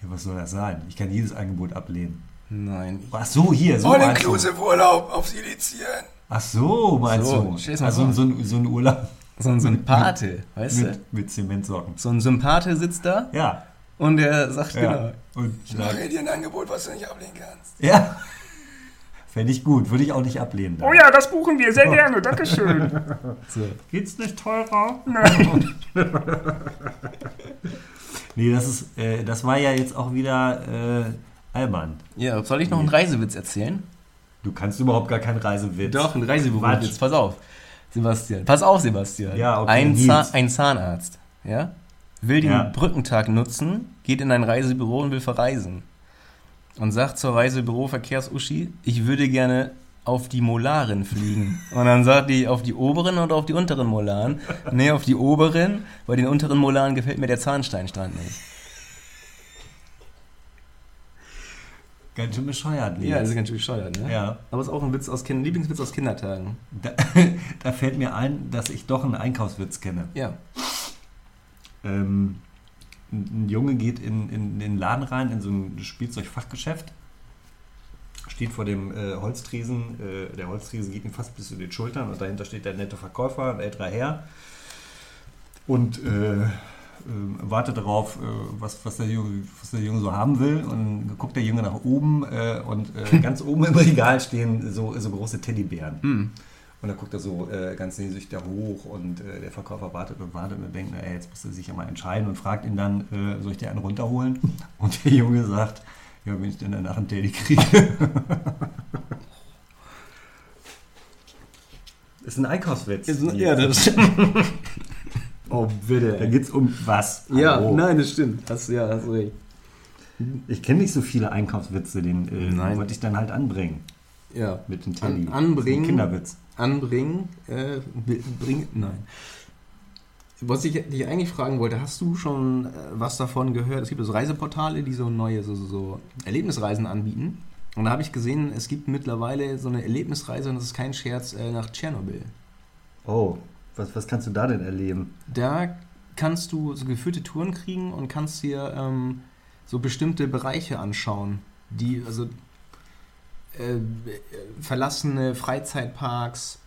B: Ja, was soll das sein? Ich kann jedes Angebot ablehnen.
A: nein,
B: Ach so, hier, so meinst du.
D: All-inclusive Urlaub auf Silizien.
B: Ach so, meinst
A: So,
B: du.
A: stell es mal
B: Also
A: vor.
B: so ein, so ein Urlaub
A: so ein Sympathe, weißt du?
B: mit, mit Zementsocken.
A: So ein Sympathe sitzt da
B: Ja,
A: und der sagt,
B: ja.
A: genau,
B: Und
D: Ich mache dir ein Angebot, was du nicht ablehnen kannst.
B: ja. <laughs> Fände ich gut, würde ich auch nicht ablehnen. Dann.
D: Oh ja, das buchen wir sehr
B: <laughs>
D: gerne. Dankeschön.
A: so.
B: Geht's nicht teurer? nee, das ist, äh, das war ja jetzt auch wieder äh, albern.
A: Ja, soll ich noch einen Reisewitz erzählen?
B: Du kannst überhaupt gar keinen Reisewitz.
A: Doch, einen Reisewitz.
B: Quatsch.
A: Pass auf, Sebastian. Pass auf, Sebastian.
B: Ja, okay,
A: ein,
B: Nils.
A: Zahn, ein Zahnarzt, ja? Will den
B: Ja.
A: Brückentag nutzen, geht in ein Reisebüro und will verreisen. Und sagt zur Reisebüro Verkehrs-Uschi, ich würde gerne auf die Molaren fliegen. Und dann sagt die, auf die oberen oder auf die unteren Molaren? Nee, auf die oberen, weil den unteren Molaren gefällt mir der Zahnsteinstrand nicht.
B: Ganz schön bescheuert,
A: Ja, das
D: also-
B: Nils.
A: ist ganz schön bescheuert, ne?
B: Ja.
A: Aber ist auch ein Witz aus Kindern, Lieblingswitz aus Kindertagen.
B: Da, <laughs> da fällt mir ein, dass ich doch einen Einkaufswitz kenne.
A: Ja.
B: Ähm, ein ein Junge geht in, in den Laden rein, in so ein Spielzeugfachgeschäft, steht vor dem äh, Holztriesen, äh, der Holztriesen geht ihm fast bis zu den Schultern und dahinter steht der nette Verkäufer, ein älterer Herr und äh, äh, wartet darauf, äh, was, was, der Junge, was der Junge so haben will und dann guckt der Junge nach oben äh, und <laughs> äh, ganz oben im Regal stehen so, so große Teddybären. Und dann guckt er so äh, ganz sehnsüchtig da hoch und äh, der Verkäufer wartet und wartet und denkt, naja, jetzt muss er sich ja mal entscheiden und fragt ihn dann, äh, soll ich dir einen <laughs> runterholen? Und der Junge sagt, ja, wenn ich denn danach einen Teddy kriege. <laughs> ist ein Einkaufswitz. <laughs>
A: das Oh, bitte.
B: da
A: ey.
B: geht's um was?
A: Ja,
B: Hallo.
A: nein, das stimmt. Das, ja, hast recht.
B: Ich kenne nicht so viele Einkaufswitze, den äh,
A: Nein.
B: wollte ich dann halt anbringen
A: Ja.
B: mit dem Teddy.
A: An- anbringen.
B: Kinderwitz.
A: Anbringen, äh, b- bring, nein. Was ich dich eigentlich fragen wollte, hast du schon äh, was davon gehört? Es gibt so Reiseportale, die so neue so, so- so Erlebnisreisen anbieten. Und da habe ich gesehen, es gibt mittlerweile so eine Erlebnisreise, und das ist kein Scherz, äh, nach Tschernobyl.
B: Oh, was, was kannst du da denn erleben?
A: Da kannst du so geführte Touren kriegen und kannst dir ähm, so bestimmte Bereiche anschauen, die also äh, äh, verlassene Freizeitparks,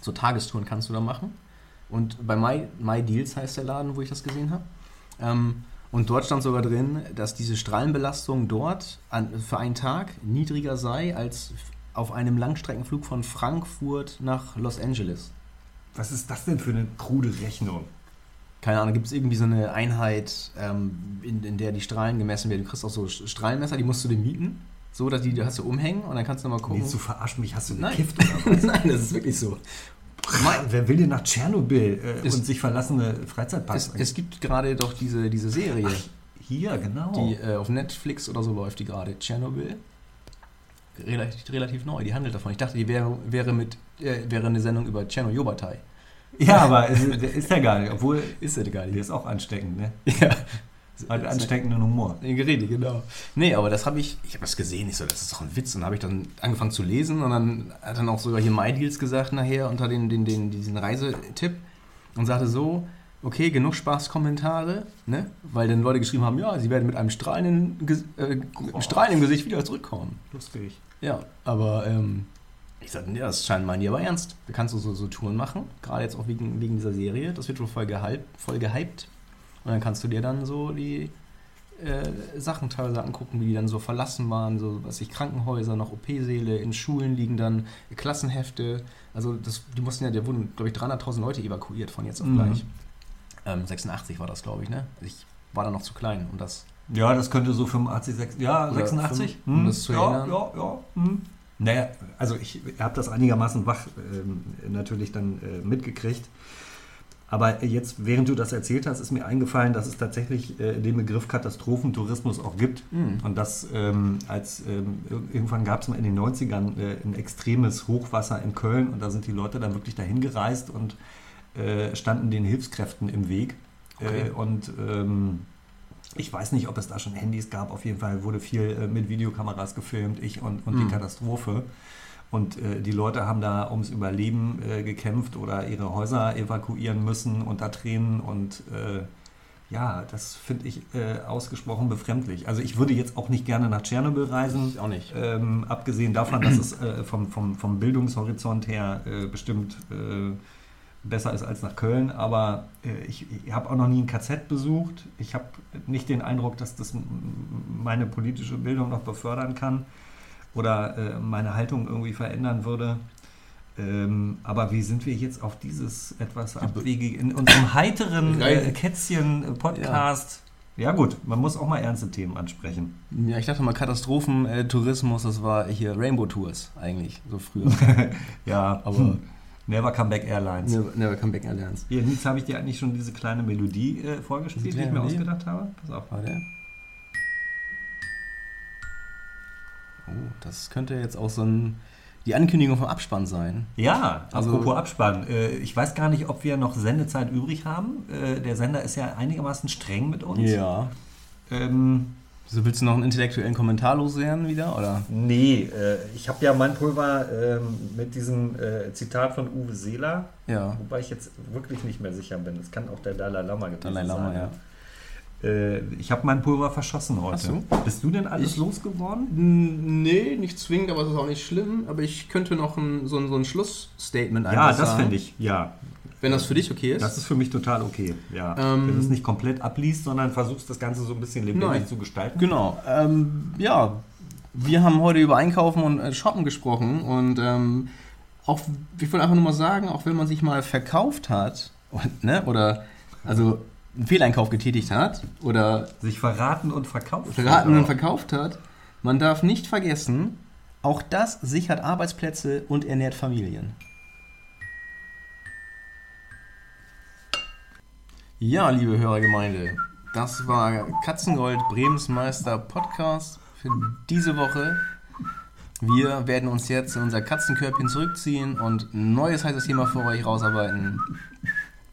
A: so Tagestouren kannst du da machen. Und bei My, My Deals heißt der Laden, wo ich das gesehen habe. Ähm, und dort stand sogar drin, dass diese Strahlenbelastung dort an, für einen Tag niedriger sei als f- auf einem Langstreckenflug von Frankfurt nach Los Angeles.
B: Was ist das denn für eine krude Rechnung?
A: keine Ahnung, gibt es irgendwie so eine Einheit, ähm, in, in der die Strahlen gemessen werden? Du kriegst auch so Sch- Strahlenmesser, die musst du dir mieten, so dass die, die hast du umhängen und dann kannst du nochmal gucken.
B: Willst du verarschen mich? Hast du
A: Nein.
B: gekifft
A: <laughs>
B: oder was?
A: Nein, das ist wirklich so. Nein,
B: Wer will denn nach Tschernobyl äh,
A: Es-
B: und sich verlassene Freizeitparks?
A: es,
B: angucken?
A: es gibt gerade doch diese, diese Serie,
B: Hier, genau.
A: die äh, auf Netflix oder so läuft, die gerade, Tschernobyl. Relativ, relativ neu, die handelt davon. Ich dachte, die wäre, wäre, mit, äh, wäre eine Sendung über Tschernojobatai.
B: ja, aber es, der ist ja gar nicht. Obwohl,
A: Ist ja gar
B: der
A: nicht.
B: ist auch ansteckend, ne?
A: Ja.
B: Hat ansteckenden Humor.
A: Nee, Gerede, genau. Nee, aber das habe ich, ich habe das gesehen, ich so, das ist doch ein Witz. Und habe ich dann angefangen zu lesen und dann hat dann auch sogar hier MyDeals gesagt nachher unter den, den, den, diesen Reisetipp und sagte so, okay, genug Spaßkommentare, ne? Weil dann Leute geschrieben haben, ja, sie werden mit einem strahlenden, Ges- äh,
B: Oh.
A: Strahlen im Gesicht wieder zurückkommen.
B: Lustig.
A: Ja, aber ähm, ich sagte, ja, das scheint man die aber ernst. Da kannst du so, so Touren machen, gerade jetzt auch wegen, wegen dieser Serie. Das wird wohl voll, gehypt, voll gehypt. Und dann kannst du dir dann so die äh, Sachen teilweise angucken, wie die dann so verlassen waren, so was weiß ich, Krankenhäuser, noch OP-Säle, in Schulen liegen dann Klassenhefte. Also das, die mussten ja, da wurden, glaube ich, 300.000 Leute evakuiert von jetzt auf
B: Mhm.
A: gleich. Ähm, 86 war das, glaube ich, ne? Also ich war da noch zu klein, um das
B: Ja, das könnte so 85, 6, ja,
A: Oder
B: 86.
A: fünf, um das zu
B: ja,
A: erinnern.
B: ja, ja. Hm. Naja, also ich habe das einigermaßen wach ähm, natürlich dann äh, mitgekriegt. Aber jetzt, während du das erzählt hast, ist mir eingefallen, dass es tatsächlich äh, den Begriff Katastrophentourismus auch gibt.
A: Mhm.
B: Und das ähm, als ähm, ir- irgendwann gab es mal in den 90ern äh, ein extremes Hochwasser in Köln und da sind die Leute dann wirklich dahin gereist und äh, standen den Hilfskräften im Weg.
A: Okay.
B: Äh, und ähm, ich weiß nicht, ob es da schon Handys gab. Auf jeden Fall wurde viel äh, mit Videokameras gefilmt, ich und, und
A: Mhm.
B: die Katastrophe. Und äh, die Leute haben da ums Überleben äh, gekämpft oder ihre Häuser evakuieren müssen unter Tränen. Und äh, ja, das finde ich äh, ausgesprochen befremdlich. Also ich würde jetzt auch nicht gerne nach Tschernobyl reisen.
A: auch nicht.
B: Ähm, abgesehen davon, dass es äh, vom, vom, vom Bildungshorizont her äh, bestimmt äh, besser ist als nach Köln, aber äh, ich, ich habe auch noch nie ein KZ besucht. Ich habe nicht den Eindruck, dass das m- m- meine politische Bildung noch befördern kann oder äh, meine Haltung irgendwie verändern würde. Ähm, aber wie sind wir jetzt auf dieses etwas abwegige, in unserem heiteren äh,
A: Reise-
B: Kätzchen-Podcast? ja gut, man muss auch mal ernste Themen ansprechen.
A: Ja, ich dachte mal, Katastrophentourismus, das war hier Rainbow Tours eigentlich, so <laughs> früher.
B: Ja,
A: Aber-
B: aber Never Come Back Airlines.
A: never, never Come Back Alliance.
B: Hier, Nils, habe ich dir eigentlich schon diese kleine Melodie äh, vorgespielt, die ich
A: Kleine
B: mir
A: Melodie?
B: ausgedacht habe? Pass auf.
A: War der? Oh, das könnte jetzt auch so ein die Ankündigung vom Abspann sein.
B: Ja,
A: Also-
B: apropos Abspann. Äh, ich weiß gar nicht, ob wir noch Sendezeit übrig haben. Äh, der Sender ist ja einigermaßen streng mit uns. Ähm,
A: So willst du noch einen intellektuellen Kommentar loswerden wieder? Oder?
B: nee, äh, ich habe ja mein Pulver ähm, mit diesem äh, Zitat von Uwe Seeler,
A: Ja.
B: wobei ich jetzt wirklich nicht mehr sicher bin. Das kann auch der Dalai Lama gewesen
A: Dalai Lama,
B: sein.
A: ja.
B: Äh, ich habe mein Pulver verschossen heute.
A: Ach
B: Bist du denn alles
A: Ich-
B: losgeworden?
A: Nee, nicht zwingend, aber es ist auch nicht schlimm. Aber ich könnte noch ein, so, ein, so ein Schlussstatement
B: Ja, das finde ich. Ja,
A: Wenn das für dich okay ist.
B: das ist für mich total okay. Ja.
A: Ähm,
B: Wenn du es nicht komplett abliest, sondern versuchst, das Ganze so ein bisschen lebendig
A: Nein.
B: zu gestalten.
A: Genau. Ähm, ja, wir haben heute über Einkaufen und äh, Shoppen gesprochen und ähm, auch, ich wollte einfach nur mal sagen, auch wenn man sich mal verkauft hat und, ne, oder also einen Fehleinkauf getätigt hat oder
B: Sich verraten und verkaufen.
A: verraten und verkauft hat, man darf nicht vergessen, auch das sichert Arbeitsplätze und ernährt Familien. Ja, liebe Hörergemeinde, das war Katzengold Bremsmeister Podcast für diese Woche. Wir werden uns jetzt in unser Katzenkörbchen zurückziehen und ein neues heißes Thema für euch rausarbeiten.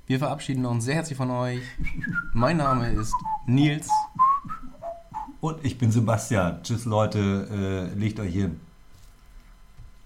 A: Wir verabschieden uns sehr herzlich von euch. Mein Name ist Nils.
B: Und ich bin Sebastian. Tschüss, Leute. Äh, legt euch hin.